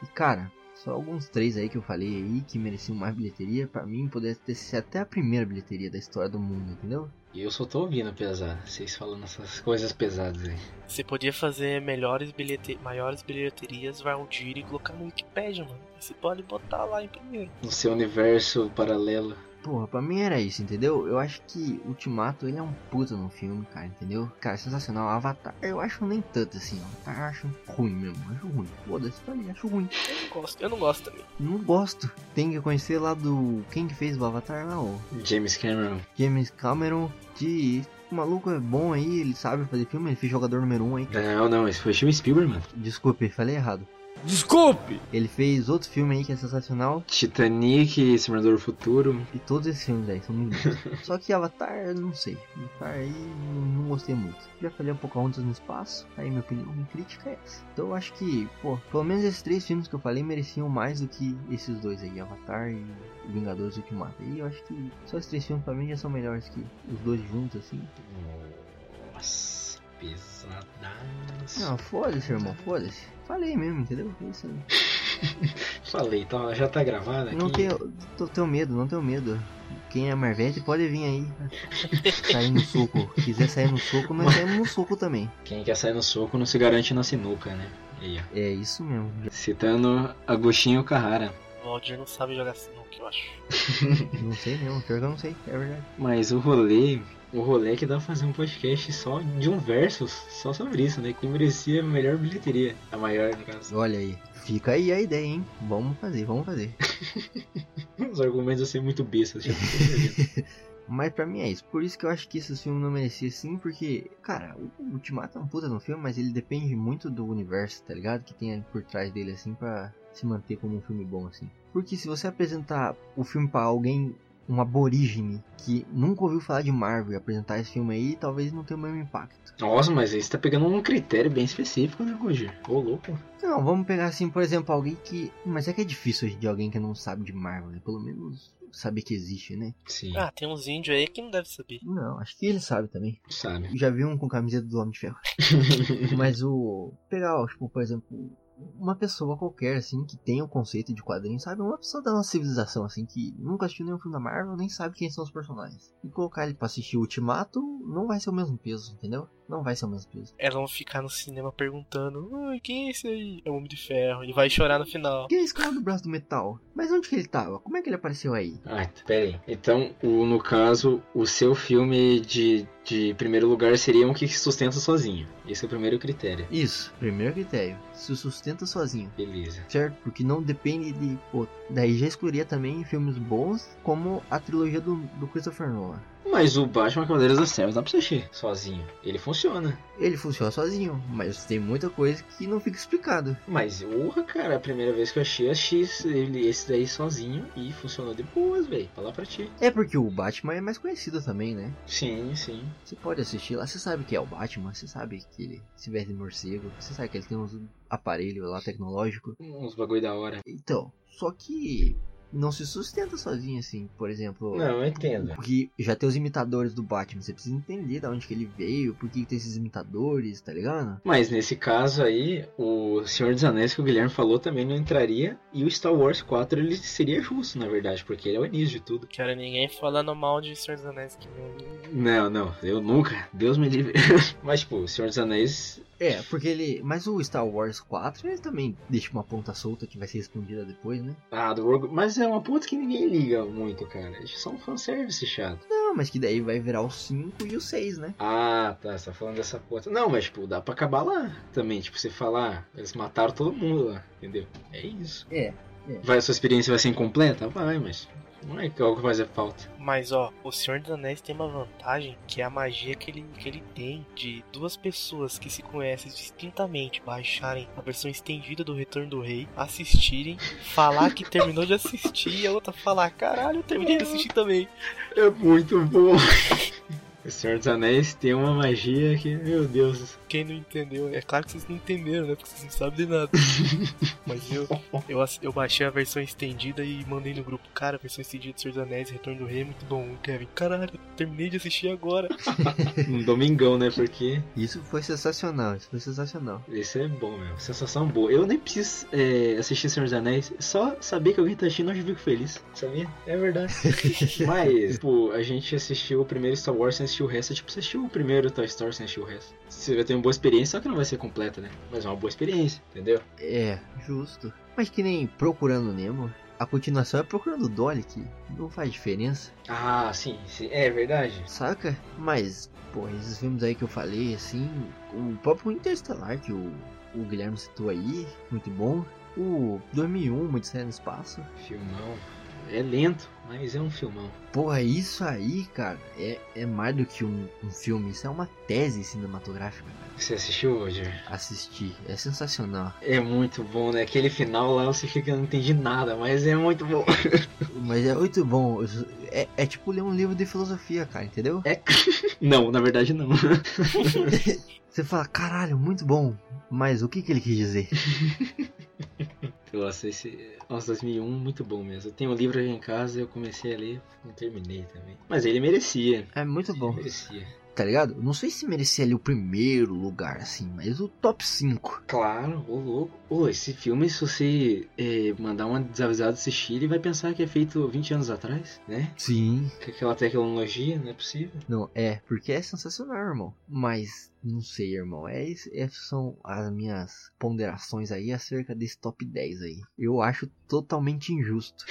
B: E cara, só alguns três aí que eu falei aí que mereciam mais bilheteria, pra mim poderia ter sido até a primeira bilheteria da história do mundo, entendeu?
F: E eu só tô ouvindo pesado. Vocês falando essas coisas pesadas aí.
E: Você podia fazer melhores bilhete... maiores bilheterias, Valdir e colocar no Wikipedia, mano. Você pode botar lá em primeiro.
F: No seu universo paralelo.
B: Porra, pra mim era isso, entendeu? Eu acho que Ultimato, ele é um puta no filme, cara, entendeu? Cara, sensacional. Avatar, eu acho nem tanto assim, ó. Avatar eu acho ruim mesmo, acho ruim. Foda-se, tá ali, acho ruim.
E: Eu não gosto, eu não gosto também.
B: Não gosto. Tem que conhecer lá do... Quem que fez o Avatar lá, ó?
F: James Cameron.
B: James Cameron, que... O maluco é bom aí, ele sabe fazer filme, ele fez jogador número 1 um aí.
F: Não, não. Esse foi Steven Spielberg, mano.
B: Desculpe, falei errado. Desculpe! Ele fez outro filme aí que é sensacional.
F: Titanic, Simulador do Futuro.
B: E todos esses filmes aí são muito bons. Só que Avatar, eu não sei. Avatar aí não, não gostei muito. Já falei um pouco antes no espaço, aí minha opinião minha crítica é essa. Então eu acho que, pô, pelo menos esses três filmes que eu falei mereciam mais do que esses dois aí, Avatar e Vingadores Ultimato. E eu acho que só esses três filmes pra mim já são melhores que os dois juntos, assim.
F: Nossa, pesadaço.
B: Não, Ah, foda-se, irmão, foda-se. Falei mesmo, entendeu? É Isso aí.
F: Falei, tá, já tá gravado aqui.
B: Não tenho, tô, tenho medo, não tenho medo. Quem é Marvete pode vir aí. Sair no soco. Quiser sair no soco, nós saímos no soco também.
F: Quem quer sair no soco não se garante na sinuca, né? Aí, ó.
B: É isso mesmo.
F: Citando Agostinho Carrara.
E: O Aldir não sabe jogar sinuca, eu acho.
B: Não sei mesmo, pior que eu não sei, é verdade.
F: Mas o rolê. O rolê é que dá pra fazer um podcast só de um versus, só sobre isso, né? Que merecia a melhor bilheteria. A maior, no caso.
B: Olha aí, fica aí a ideia, hein? Vamos fazer, vamos fazer.
F: Os argumentos vão ser muito bestas. já.
B: Mas pra mim é isso, por isso que eu acho que esse filme não merecia sim, porque, cara, o Ultimato é um puta no filme, mas ele depende muito do universo, tá ligado? Que tem ali por trás dele, assim, pra se manter como um filme bom, assim. Porque se você apresentar o filme pra alguém, um aborígene, que nunca ouviu falar de Marvel e apresentar esse filme aí, talvez não tenha o mesmo impacto.
F: Nossa, mas aí você tá pegando um critério bem específico, né, Guji? Ô, louco.
B: Não, vamos pegar assim, por exemplo, alguém que. Mas é que é difícil hoje de alguém que não sabe de Marvel, né? Pelo menos saber que existe, né?
F: Sim,
E: Ah, tem uns índios aí que não deve saber.
B: Não, acho que ele sabe também.
F: sabe. *laughs*
B: Já vi um com camiseta do Homem de Ferro. *laughs* Mas o. Pegar, ó, tipo, por exemplo, uma pessoa qualquer, assim, que tem o conceito de quadrinho, sabe? Uma pessoa da nossa civilização, assim, que nunca assistiu nenhum filme da Marvel, nem sabe quem são os personagens. E colocar ele pra assistir o Ultimato não vai ser o mesmo peso, entendeu? Não vai ser o mesmo peso.
E: Elas vão É ficar no cinema perguntando: Ai, quem é esse aí? É o Homem de Ferro. E vai chorar no final.
B: Quem é esse cara do braço do metal? Mas onde que ele tava? Como é que ele apareceu aí?
F: Ah, t- pera aí. Então, o, no caso, o seu filme de, de primeiro lugar seria um que se sustenta sozinho. Esse é o primeiro critério.
B: Isso, primeiro critério. Se sustenta sozinho.
F: Beleza.
B: Certo? Porque não depende de. pô, daí já excluiria também filmes bons, como a trilogia do, do Christopher Nolan.
F: Mas o Batman Cavaleiros das Trevas dá pra você assistir sozinho. Ele funciona.
B: Ele funciona sozinho, mas tem muita coisa que não fica explicado.
F: Mas, urra, cara, a primeira vez que eu achei, eu achei esse, ele- esse daí sozinho e funcionou de boas, velho. Falar pra ti.
B: É porque o Batman é mais conhecido também, né?
F: Sim, sim.
B: Você pode assistir lá, você sabe que é o Batman, você sabe que ele se veste de morcego, você sabe que ele tem uns aparelhos lá tecnológico.
F: Uns bagulho da hora.
B: Então, só que não se sustenta sozinho assim, por exemplo.
F: Não, eu entendo.
B: Porque já tem os imitadores do Batman, você precisa entender da onde que ele veio, por que que tem esses imitadores, tá ligado?
F: Mas nesse caso aí, o Senhor dos Anéis que o Guilherme falou também não entraria. E o Star Wars 4 ele seria justo, na verdade, porque ele é o início de tudo.
E: Não quero ninguém falando mal de Senhor dos Anéis que não.
F: Não, não, eu nunca. Deus me livre. *laughs* Mas, tipo, o Senhor dos Anéis.
B: É, porque ele. Mas o Star Wars 4 ele também deixa uma ponta solta que vai ser respondida depois, né?
F: Ah, do Rogue. Mas é uma puta que ninguém liga muito, cara. É só um fanservice chato.
B: Não, mas que daí vai virar o 5 e o 6, né?
F: Ah, tá, você tá falando dessa puta. Não, mas, tipo, dá pra acabar lá também. Tipo, você falar, eles mataram todo mundo lá, entendeu? É isso.
B: É, é.
F: Vai, sua experiência vai ser incompleta? Vai, mas. Não é algo que vai fazer falta.
E: Mas ó, o Senhor dos Anéis tem uma vantagem que é a magia que ele, que ele tem de duas pessoas que se conhecem distintamente baixarem a versão estendida do Retorno do Rei, assistirem, falar que terminou de assistir e a outra falar: caralho, eu terminei de assistir também.
F: É muito bom. O Senhor dos Anéis tem uma magia que, meu Deus.
E: Quem não entendeu, é claro que vocês não entenderam, né? Porque vocês não sabem de nada. Mas eu, eu, ass- eu baixei a versão estendida e mandei no grupo: Cara, a versão estendida do Senhor dos Anéis, Retorno do Rei, é muito bom. O Kevin, caralho, eu terminei de assistir agora.
F: Um domingão, né? Porque
B: Isso foi sensacional, isso foi sensacional.
F: Isso é bom, meu. Sensação boa. Eu nem preciso é, assistir Senhor dos Anéis. Só saber que alguém tá assistindo, eu já fico feliz. Sabia? É *laughs* verdade. Mas, tipo, a gente assistiu o primeiro Star Wars sem assistir o resto. É Tipo, você assistiu o primeiro Toy Story sem assistir o resto. Você vai ter uma boa experiência, só que não vai ser completa, né? Mas é uma boa experiência, entendeu?
B: É, justo. Mas que nem Procurando Nemo, a continuação é Procurando Dolly, que não faz diferença,
F: Ah, sim. sim. É verdade.
B: saca? Mas, pô, esses filmes aí que eu falei, assim, o próprio Interstellar, que o, o Guilherme citou aí, muito bom. O 2001, Muito Sério um, no Espaço.
F: Filmão. É lento, mas é um filmão.
B: Porra, isso aí, cara, é, é mais do que um, um filme, isso é uma tese cinematográfica. cara.
F: Você assistiu hoje?
B: Assistir, é sensacional.
F: É muito bom, né? Aquele final lá você fica, não entendi nada, mas é muito bom.
B: Mas é muito bom, é, é tipo ler um livro de filosofia, cara, entendeu?
F: É. *laughs* Não, na verdade *laughs* não.
B: *laughs* Você fala, caralho, muito bom. Mas o que, que ele quis dizer?
F: Nossa, esse. Nossa, 2001, muito bom mesmo. Eu tenho um livro aqui em casa, eu comecei a ler, não terminei também. Mas ele merecia.
B: É muito bom,
F: Merecia.
B: tá ligado? Não sei se merecia ali o primeiro lugar, assim, mas o top 5.
F: Claro, ô louco. Ô, esse filme, se você eh, mandar um desavisado assistir, ele vai pensar que é feito 20 anos atrás, né?
B: Sim.
F: Com aquela tecnologia, não é possível.
B: Não, é, porque é sensacional, irmão. Mas Não sei, irmão. É, esse- é- são as minhas ponderações aí acerca desse top 10 aí. Eu acho totalmente injusto.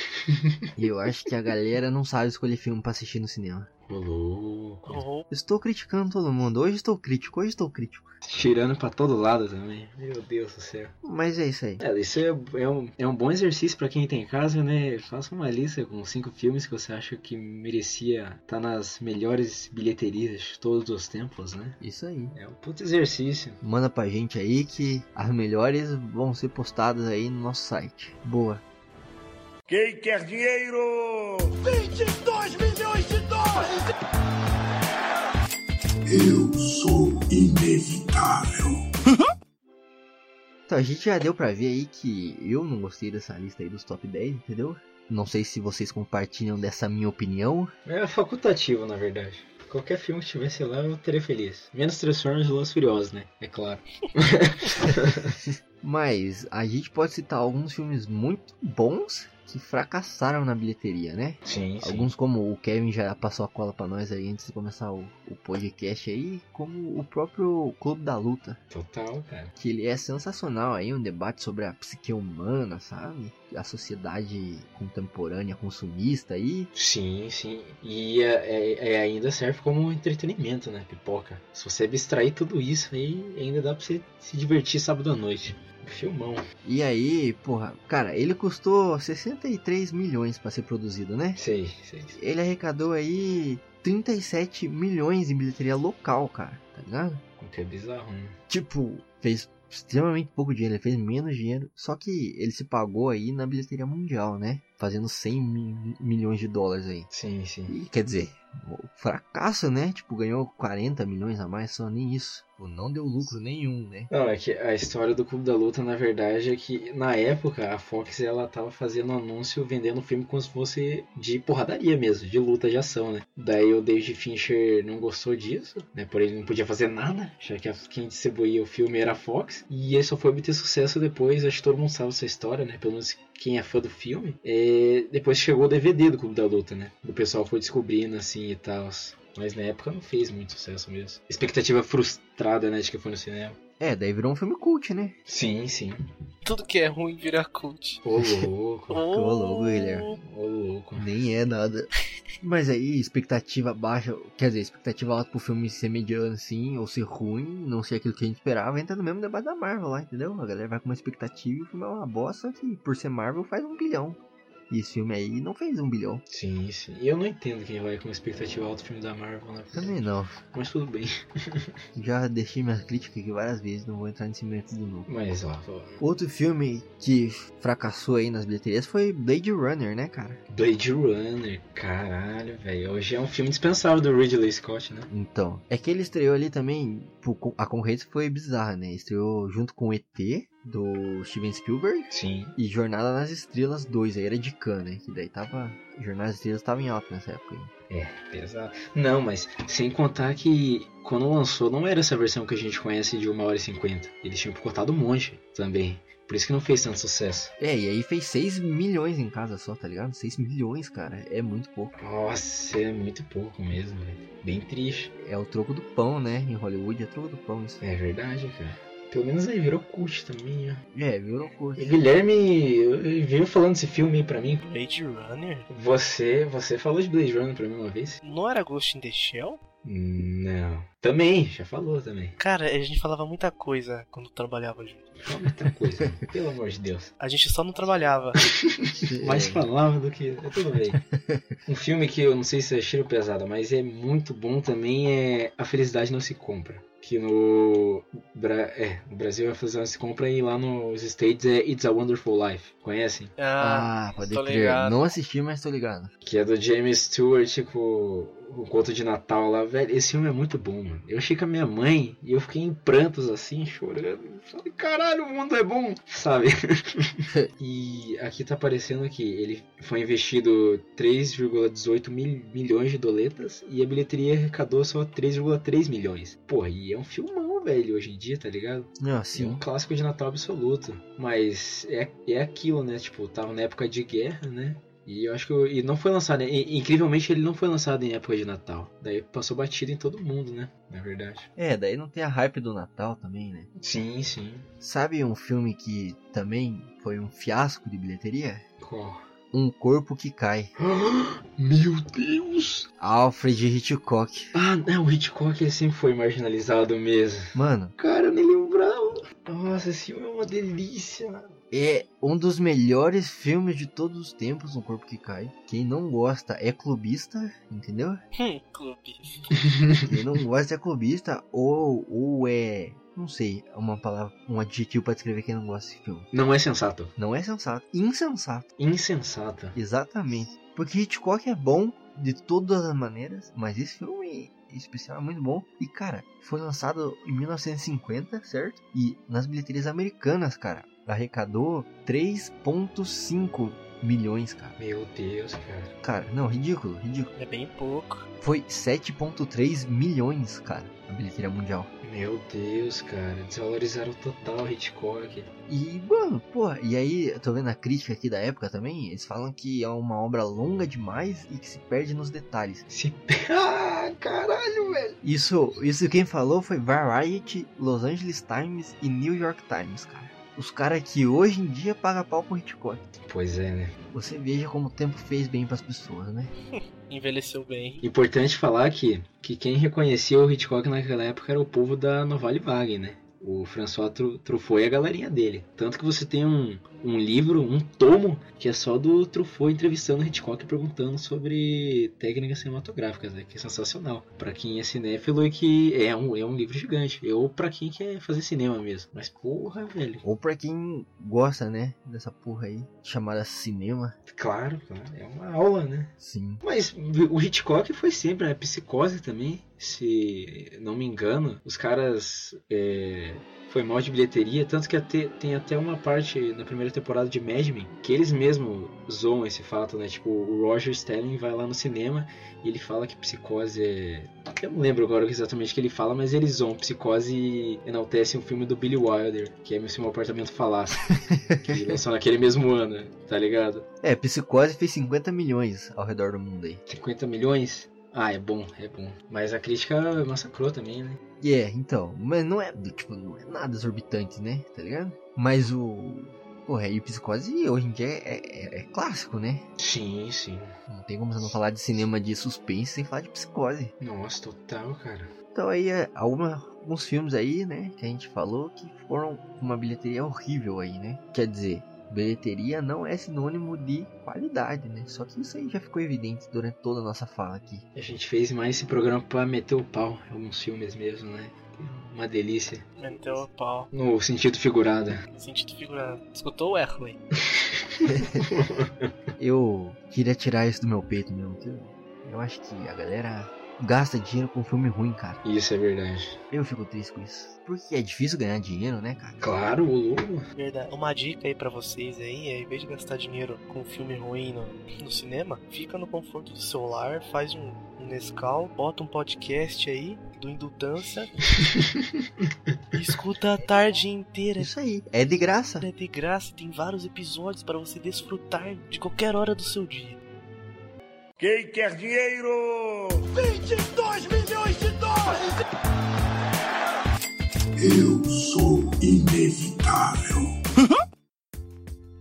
B: e eu acho que a galera não sabe escolher filme pra assistir no cinema.
F: Ô, louco.
E: Ou
B: Estou criticando todo mundo. Hoje estou crítico, hoje estou crítico.
F: Tirando pra todo lado também. Meu Deus do céu.
B: Mas é isso aí.
F: É, isso é, é um, é um bom exercício pra quem tem em casa, né? Faça uma lista com cinco filmes que você acha que merecia estar nas melhores bilheterias de todos os tempos, né?
B: Isso aí.
F: É um puto exercício.
B: Manda pra gente aí que as melhores vão ser postadas aí no nosso site. Boa.
G: Quem quer dinheiro?
A: Eu sou inevitável.
B: Então, a gente já deu pra ver aí que eu não gostei dessa lista aí dos top 10, entendeu? Não sei se vocês compartilham dessa minha opinião.
F: É facultativo, na verdade. Qualquer filme que tivesse lá, eu teria feliz. Menos Transformers e Los Furiosos, né? É claro.
B: Mas a gente pode citar alguns filmes muito bons que fracassaram na bilheteria, né?
F: Sim,
B: Alguns como o Kevin já passou a cola pra nós aí antes de começar o, o podcast aí, como o próprio Clube da Luta,
F: Total, cara.
B: que ele é sensacional aí, um debate sobre a psique humana, sabe? A sociedade contemporânea consumista aí,
F: Sim, sim. E é, é- é- ainda serve como entretenimento, né? Pipoca. Se você abstrair tudo isso aí, ainda dá pra você se divertir sábado à noite. Filmão.
B: E aí, porra, cara, ele custou 63 milhões pra ser produzido, né?
F: Sei, sei.
B: Ele arrecadou aí 37 milhões em bilheteria local, cara, tá ligado?
F: O que é bizarro, né?
B: Tipo, fez extremamente pouco dinheiro, ele fez menos dinheiro, só que ele se pagou aí na bilheteria mundial, né? Fazendo 100 mi- milhões de dólares aí.
F: Sim, sim.
B: E, quer dizer, o fracasso, né? Tipo, ganhou 40 milhões a mais, só nem isso. Tipo, não deu lucro nenhum, né?
F: Não, é que a história do Clube da Luta, na verdade, é que na época a Fox ela tava fazendo anúncio vendendo o filme como se fosse de porradaria mesmo, de luta de ação, né? Daí o David Fincher não gostou disso, né? Por ele não podia fazer nada, já que a- quem distribuía o filme era a Fox. E ele só foi obter sucesso depois, acho que todo mundo sabe essa história, né? Pelo menos quem é fã do filme. É, Depois chegou o DVD do Clube da Luta, né? O pessoal foi descobrindo assim e tal. Mas na época não fez muito sucesso mesmo. Expectativa frustrada, né? De que foi no cinema.
B: É, daí virou um filme cult, né?
F: Sim, sim.
E: tudo que é ruim vira cult.
F: Ô louco,
B: Ô, louco, Guilherme.
F: ô louco.
B: Nem é nada. Mas aí, expectativa baixa, quer dizer, expectativa alta pro filme ser mediano assim, ou ser ruim, não ser aquilo que a gente esperava, entra no mesmo debate da Marvel lá, entendeu? A galera vai com uma expectativa e o filme é uma bosta que, por ser Marvel, faz um bilhão. E esse filme aí não fez um bilhão.
F: Sim, sim. E eu não entendo quem vai com expectativa alta do filme da Marvel, né?
B: Também não.
F: Mas tudo bem.
B: Já deixei minhas críticas aqui várias vezes, não vou entrar nesse mérito de novo.
F: Mas ó,
B: Outro filme que fracassou aí nas bilheterias foi Blade Runner, né, cara?
F: Blade Runner, caralho, velho. Hoje é um filme dispensável do Ridley Scott, né?
B: Então, é que ele estreou ali também, pô, co- a concorrência foi bizarra, né? Estreou junto com ET, do Steven Spielberg,
F: Sim.
B: e Jornada nas Estrelas 2, aí era de Khan, né? Que daí tava, Jornada nas Estrelas tava em alta nessa época. aí.
F: Pesado. Não, mas sem contar que quando lançou não era essa versão que a gente conhece de 1 hora e 50. Eles tinham picotado um monte também. Por isso que não fez tanto sucesso.
B: É, e aí fez 6 milhões em casa só, tá ligado? 6 milhões, cara, é muito pouco.
F: Nossa, é muito pouco mesmo, velho. Bem triste.
B: É o troco do pão, né? Em Hollywood é troco do pão isso.
F: É verdade, cara. Pelo menos aí virou cult também, ó.
B: É, virou curto.
F: *laughs* E Guilherme eu- eu veio falando esse filme aí pra mim.
E: Blade Runner?
F: Você, você falou de Blade Runner pra mim uma vez?
E: Não era Ghost in the Shell?
F: Não. Também, já falou também.
E: Cara, a gente falava muita coisa quando trabalhava junto.
F: Fala Muita coisa, *laughs* pelo amor de Deus.
E: A gente só não trabalhava.
F: Mais
B: É,
F: falava do que. é Tudo *laughs* bem. Um filme que eu não sei se é cheiro pesado, mas é muito bom também é A Felicidade Não Se Compra. Que no. Bra... É, no Brasil é A Felicidade Não Se Compra e lá nos States é It's a Wonderful Life. Conhecem?
E: Ah,
B: Ah, pode
E: tô
B: crer.
E: ligado.
B: Não assisti, mas tô ligado.
F: Que é do James Stewart, tipo, o conto de Natal lá, velho. Esse filme é muito bom, mano. Eu achei com a minha mãe e eu fiquei em prantos assim, chorando. Falei, caralho, o mundo é bom, sabe? *laughs* e aqui tá aparecendo que ele foi investido 3,18 mil- milhões de doletas e a bilheteria arrecadou só 3,3 milhões. Porra, e é um filmão, velho, hoje em dia, tá ligado?
B: Não,
F: É um
B: sim.
F: clássico de Natal absoluto. Mas é, é aquilo, né? Tipo, tava na época de guerra, né? E eu acho que. eu- E não foi lançado. e- incrivelmente ele não foi lançado em época de Natal. Daí passou batido em todo mundo, né? Na verdade.
B: É, daí não tem a hype do Natal também, né?
F: Sim, sim.
B: Sabe um filme que também foi um fiasco de bilheteria?
F: Qual? *gasps*
B: Um Corpo que Cai.
F: Meu Deus!
B: Alfred Hitchcock.
F: Ah, não, o Hitchcock ele sempre foi marginalizado mesmo.
B: Mano,
F: Cara, eu nem lembrava. Nossa, esse filme é uma *laughs* delícia, mano.
B: é um dos melhores filmes de todos os tempos, Um Corpo que Cai. Quem não gosta é clubista, entendeu?
E: Hum, clube.
B: Quem não gosta é clubista ou, ou é... Não sei, uma palavra, um adjetivo pra descrever quem não gosta desse filme.
F: Não é sensato.
B: Não é sensato. Insensato.
F: Insensata.
B: Exatamente. Porque Hitchcock é bom de todas as maneiras, mas esse filme em especial é muito bom. E, cara, foi lançado em 1950, certo? E nas bilheterias americanas, cara, arrecadou 3,5 milhões, cara.
F: Meu Deus, cara.
B: Cara, não, ridículo, ridículo.
E: É bem pouco.
B: Foi 7,3 milhões, cara, a bilheteria mundial.
F: Meu Deus, cara. Desvalorizaram total o Hitchcock.
B: E, mano, porra, e aí, eu tô vendo a crítica aqui da época também, eles falam que é uma obra longa demais e que se perde nos detalhes.
F: Se. *laughs* Ah, caralho, velho.
B: Isso, isso quem falou foi Variety, Los Angeles Times e New York Times, cara. Os caras que hoje em dia pagam pau pro Hitchcock.
F: Pois é, né?
B: Você veja como o tempo fez bem pras pessoas, né?
E: Envelheceu bem.
F: Importante falar que, que quem reconhecia o Hitchcock naquela época era o povo da Novale Vague, né? O François Tru- Truffaut e a galerinha dele. Tanto que você tem um, um livro, um tomo, que é só do Truffaut entrevistando o Hitchcock e perguntando sobre técnicas cinematográficas, né? Que é sensacional. Pra quem é cinéfilo e que é um, é um livro gigante. Ou pra quem quer fazer cinema mesmo. Mas porra, velho.
B: Ou pra quem gosta, né, dessa porra aí, chamada cinema.
F: Claro, claro. É uma aula, né?
B: Sim.
F: Mas o Hitchcock foi sempre, né? Psicose também, se não me engano. Os caras. é, foi mal de bilheteria, tanto que até- tem até uma parte na primeira temporada de Mad Men que eles mesmos zoam esse fato, né? Tipo, o Roger Sterling vai lá no cinema e ele fala que psicose é. Eu não lembro agora exatamente o que ele fala, mas eles zoam. Psicose e enaltecem um filme do Billy Wilder, que é Meu Apartamento Falácio, que lançou naquele mesmo ano, tá ligado?
B: É, Psicose fez 50 milhões ao redor do mundo aí.
F: 50 milhões? Ah, é bom, é bom. Mas a crítica massacrou também, né?
B: E é, então, mas não é, do tipo, não é nada exorbitante, né, tá ligado? Mas o... Porra, e Psicose hoje em dia é- é- é clássico, né?
F: Sim, sim.
B: Não tem como você não falar de cinema de suspense sem falar de psicose.
F: Nossa, total, cara.
B: Então aí é alguma- alguns filmes aí, né, que a gente falou que foram uma bilheteria horrível aí, né? Quer dizer, bilheteria não é sinônimo de qualidade, né? Só que isso aí já ficou evidente durante toda a nossa fala aqui.
F: A gente fez mais esse programa pra meter o pau em alguns filmes mesmo, né? Uma delícia.
E: Meteu a pau.
F: No sentido figurado.
E: No sentido figurado. Escutou o Erwin?
B: Eu queria tirar isso do meu peito mesmo, que eu- eu acho que a galera gasta dinheiro com filme ruim, cara.
F: Isso é verdade.
B: Eu fico triste com isso. Porque é difícil ganhar dinheiro, né, cara?
F: Claro, o lobo.
E: Verdade. Uma dica aí pra vocês aí é, em vez de gastar dinheiro com filme ruim no, no cinema, fica no conforto do seu lar, faz um, um Nescau, bota um podcast aí do Indultância e escuta a tarde inteira.
B: Isso aí, é de graça.
E: É de graça, tem vários episódios pra você desfrutar de qualquer hora do seu dia.
G: Quem quer dinheiro?
A: Eu sou inevitável.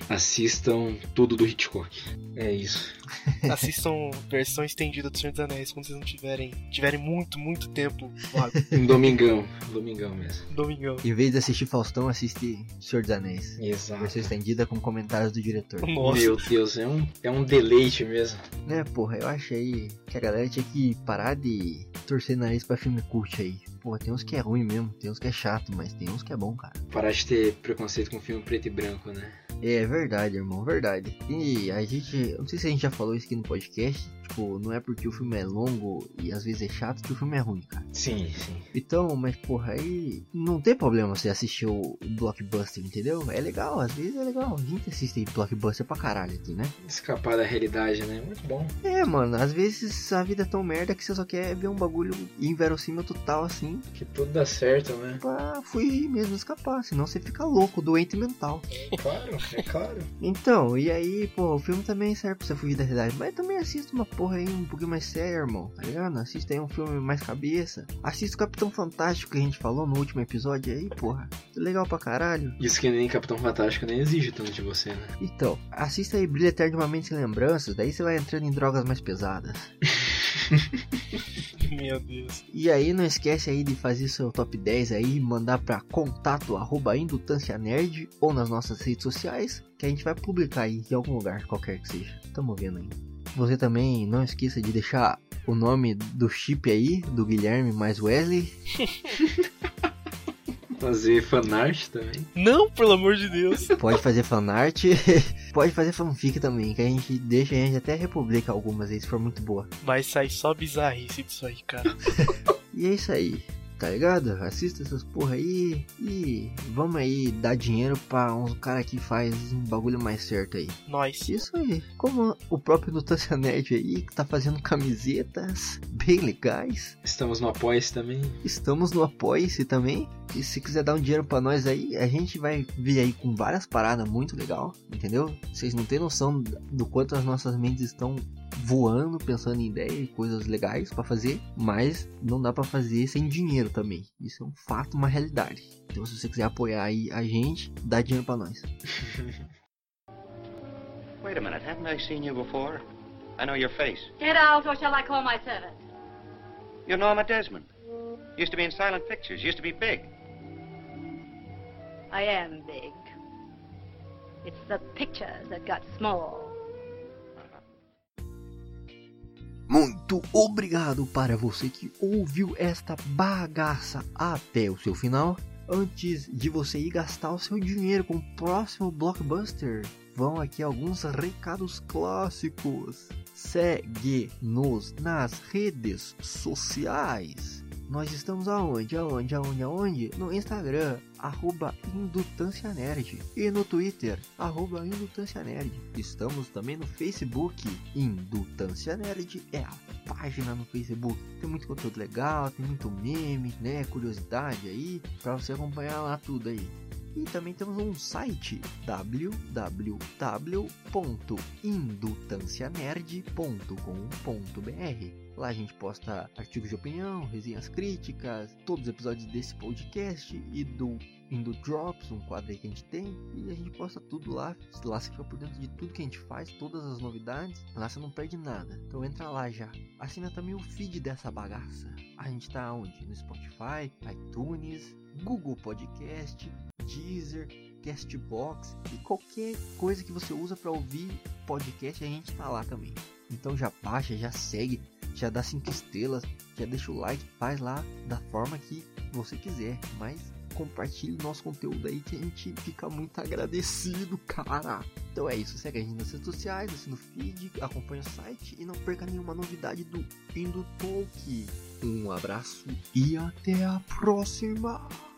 F: Assistam tudo do Hitchcock. É isso.
E: Assistam versão estendida do Senhor dos Anéis quando vocês não tiverem, tiverem muito, muito tempo.
F: Um domingão. Um domingão mesmo.
E: Domingão.
B: Em vez de assistir Faustão, assiste Senhor dos Anéis.
F: Exato.
B: Versão estendida com comentários do diretor.
E: Nossa.
F: Meu Deus, é um, é um deleite mesmo.
B: Né, porra, eu achei que a galera tinha que parar de torcer nariz pra filme cult aí. Porra, tem uns que é ruim mesmo, tem uns que é chato, mas tem uns que é bom, cara.
F: Parar de ter preconceito com filme preto e branco, né?
B: É verdade, irmão, verdade. E a gente, eu não sei se a gente já falou isso aqui no podcast, tipo, tipo, não é porque o filme é longo e às vezes é chato que o filme é ruim, cara.
F: Sim, sim.
B: Então, mas porra, aí não tem problema você assistir o o blockbuster, entendeu? É legal, às vezes é legal. A gente assiste blockbuster pra caralho aqui, né?
F: Escapar da realidade, né? Muito bom.
B: É, mano, às vezes a vida é tão merda que você só quer ver um bagulho inverossímil total assim,
F: Que tudo dá certo, né?
B: pra fugir mesmo, escapar. Senão você fica louco, doente mental.
F: Claro, é claro.
B: Então, e aí, pô, o filme também serve pra você fugir da realidade. Mas também assista uma porra aí um pouquinho mais séria, irmão. Tá ligado? Assista aí um filme mais cabeça. Assista o Capitão Fantástico que a gente falou no último episódio aí, porra. Legal pra caralho.
F: *laughs* Isso que nem Capitão Fantástico nem exige tanto de você, né?
B: Então, assista aí Brilha Eternamente Sem Lembranças. Daí você vai entrando em drogas mais pesadas.
E: Meu Deus.
B: E aí, não esquece aí de fazer seu top 10 aí, mandar pra contato arroba indutância nerd ou nas nossas redes sociais, que a gente vai publicar aí em algum lugar, qualquer que seja. Tamo vendo aí. Você também não esqueça de deixar o nome do chip aí, do Guilherme mais Wesley.
F: Fazer fanart também.
E: Não, pelo amor de Deus.
B: Pode fazer fanart, *laughs* pode fazer fanfic também, que a gente deixa, a gente até republica algumas vezes, se for muito boa.
E: Vai sair só bizarrice disso aí, cara.
B: E é isso aí, tá ligado? Assista essas porra aí e vamos aí dar dinheiro pra uns cara que faz um bagulho mais certo aí.
E: Nós.
B: Isso aí, como o próprio Nutância Nerd aí, que tá fazendo camisetas bem legais.
F: Estamos no após também.
B: Estamos no Apoia-se também. E se quiser dar um dinheiro pra nós aí, a gente vai vir aí com várias paradas muito legal, entendeu? Vocês não têm noção do quanto as nossas mentes estão voando, pensando em ideia e coisas legais pra fazer, mas não dá pra fazer sem dinheiro também. Isso é um fato, uma realidade. Então se você quiser apoiar aí a gente, dá dinheiro pra nós.
H: Wait a minute, haven't I seen you before? I know your face.
I: Get out, or shall I call my servant?
H: You're Norma Desmond. Used to be in silent pictures, used to be big.
I: I am big. It's the pictures that got small.
B: Muito obrigado para você que ouviu esta bagaça até o seu final. Antes de você ir gastar o seu dinheiro com o próximo blockbuster, vão aqui alguns recados clássicos. Segue-nos nas redes sociais. Nós estamos aonde? Aonde? Aonde? Aonde? No Instagram, arroba Indutância Nerd. E no Twitter, arroba Indutância Nerd. Estamos também no Facebook. Indutância Nerd é a página no Facebook. Tem muito conteúdo legal, tem muito meme, né? Curiosidade aí, pra você acompanhar lá tudo aí. E também temos um site www.indutancianerd.com.br. Lá a gente posta artigos de opinião, resenhas críticas, todos os episódios desse podcast e do Indo Drops, um quadro aí que a gente tem, e a gente posta tudo lá. Lá você fica por dentro de tudo que a gente faz, todas as novidades. Lá você não perde nada. Então entra lá já. Assina também o feed dessa bagaça. A gente tá onde? No Spotify, iTunes, Google Podcast, Deezer, Castbox e qualquer coisa que você usa pra ouvir podcast, a gente tá lá também. Então já baixa, já segue, já dá cinco estrelas, já deixa o like, faz lá da forma que você quiser, mas compartilhe o nosso conteúdo aí que a gente fica muito agradecido, cara. Então é isso, segue a gente nas redes sociais, assina o feed, acompanha o site e não perca nenhuma novidade do Indo Talk. Um abraço e até a próxima!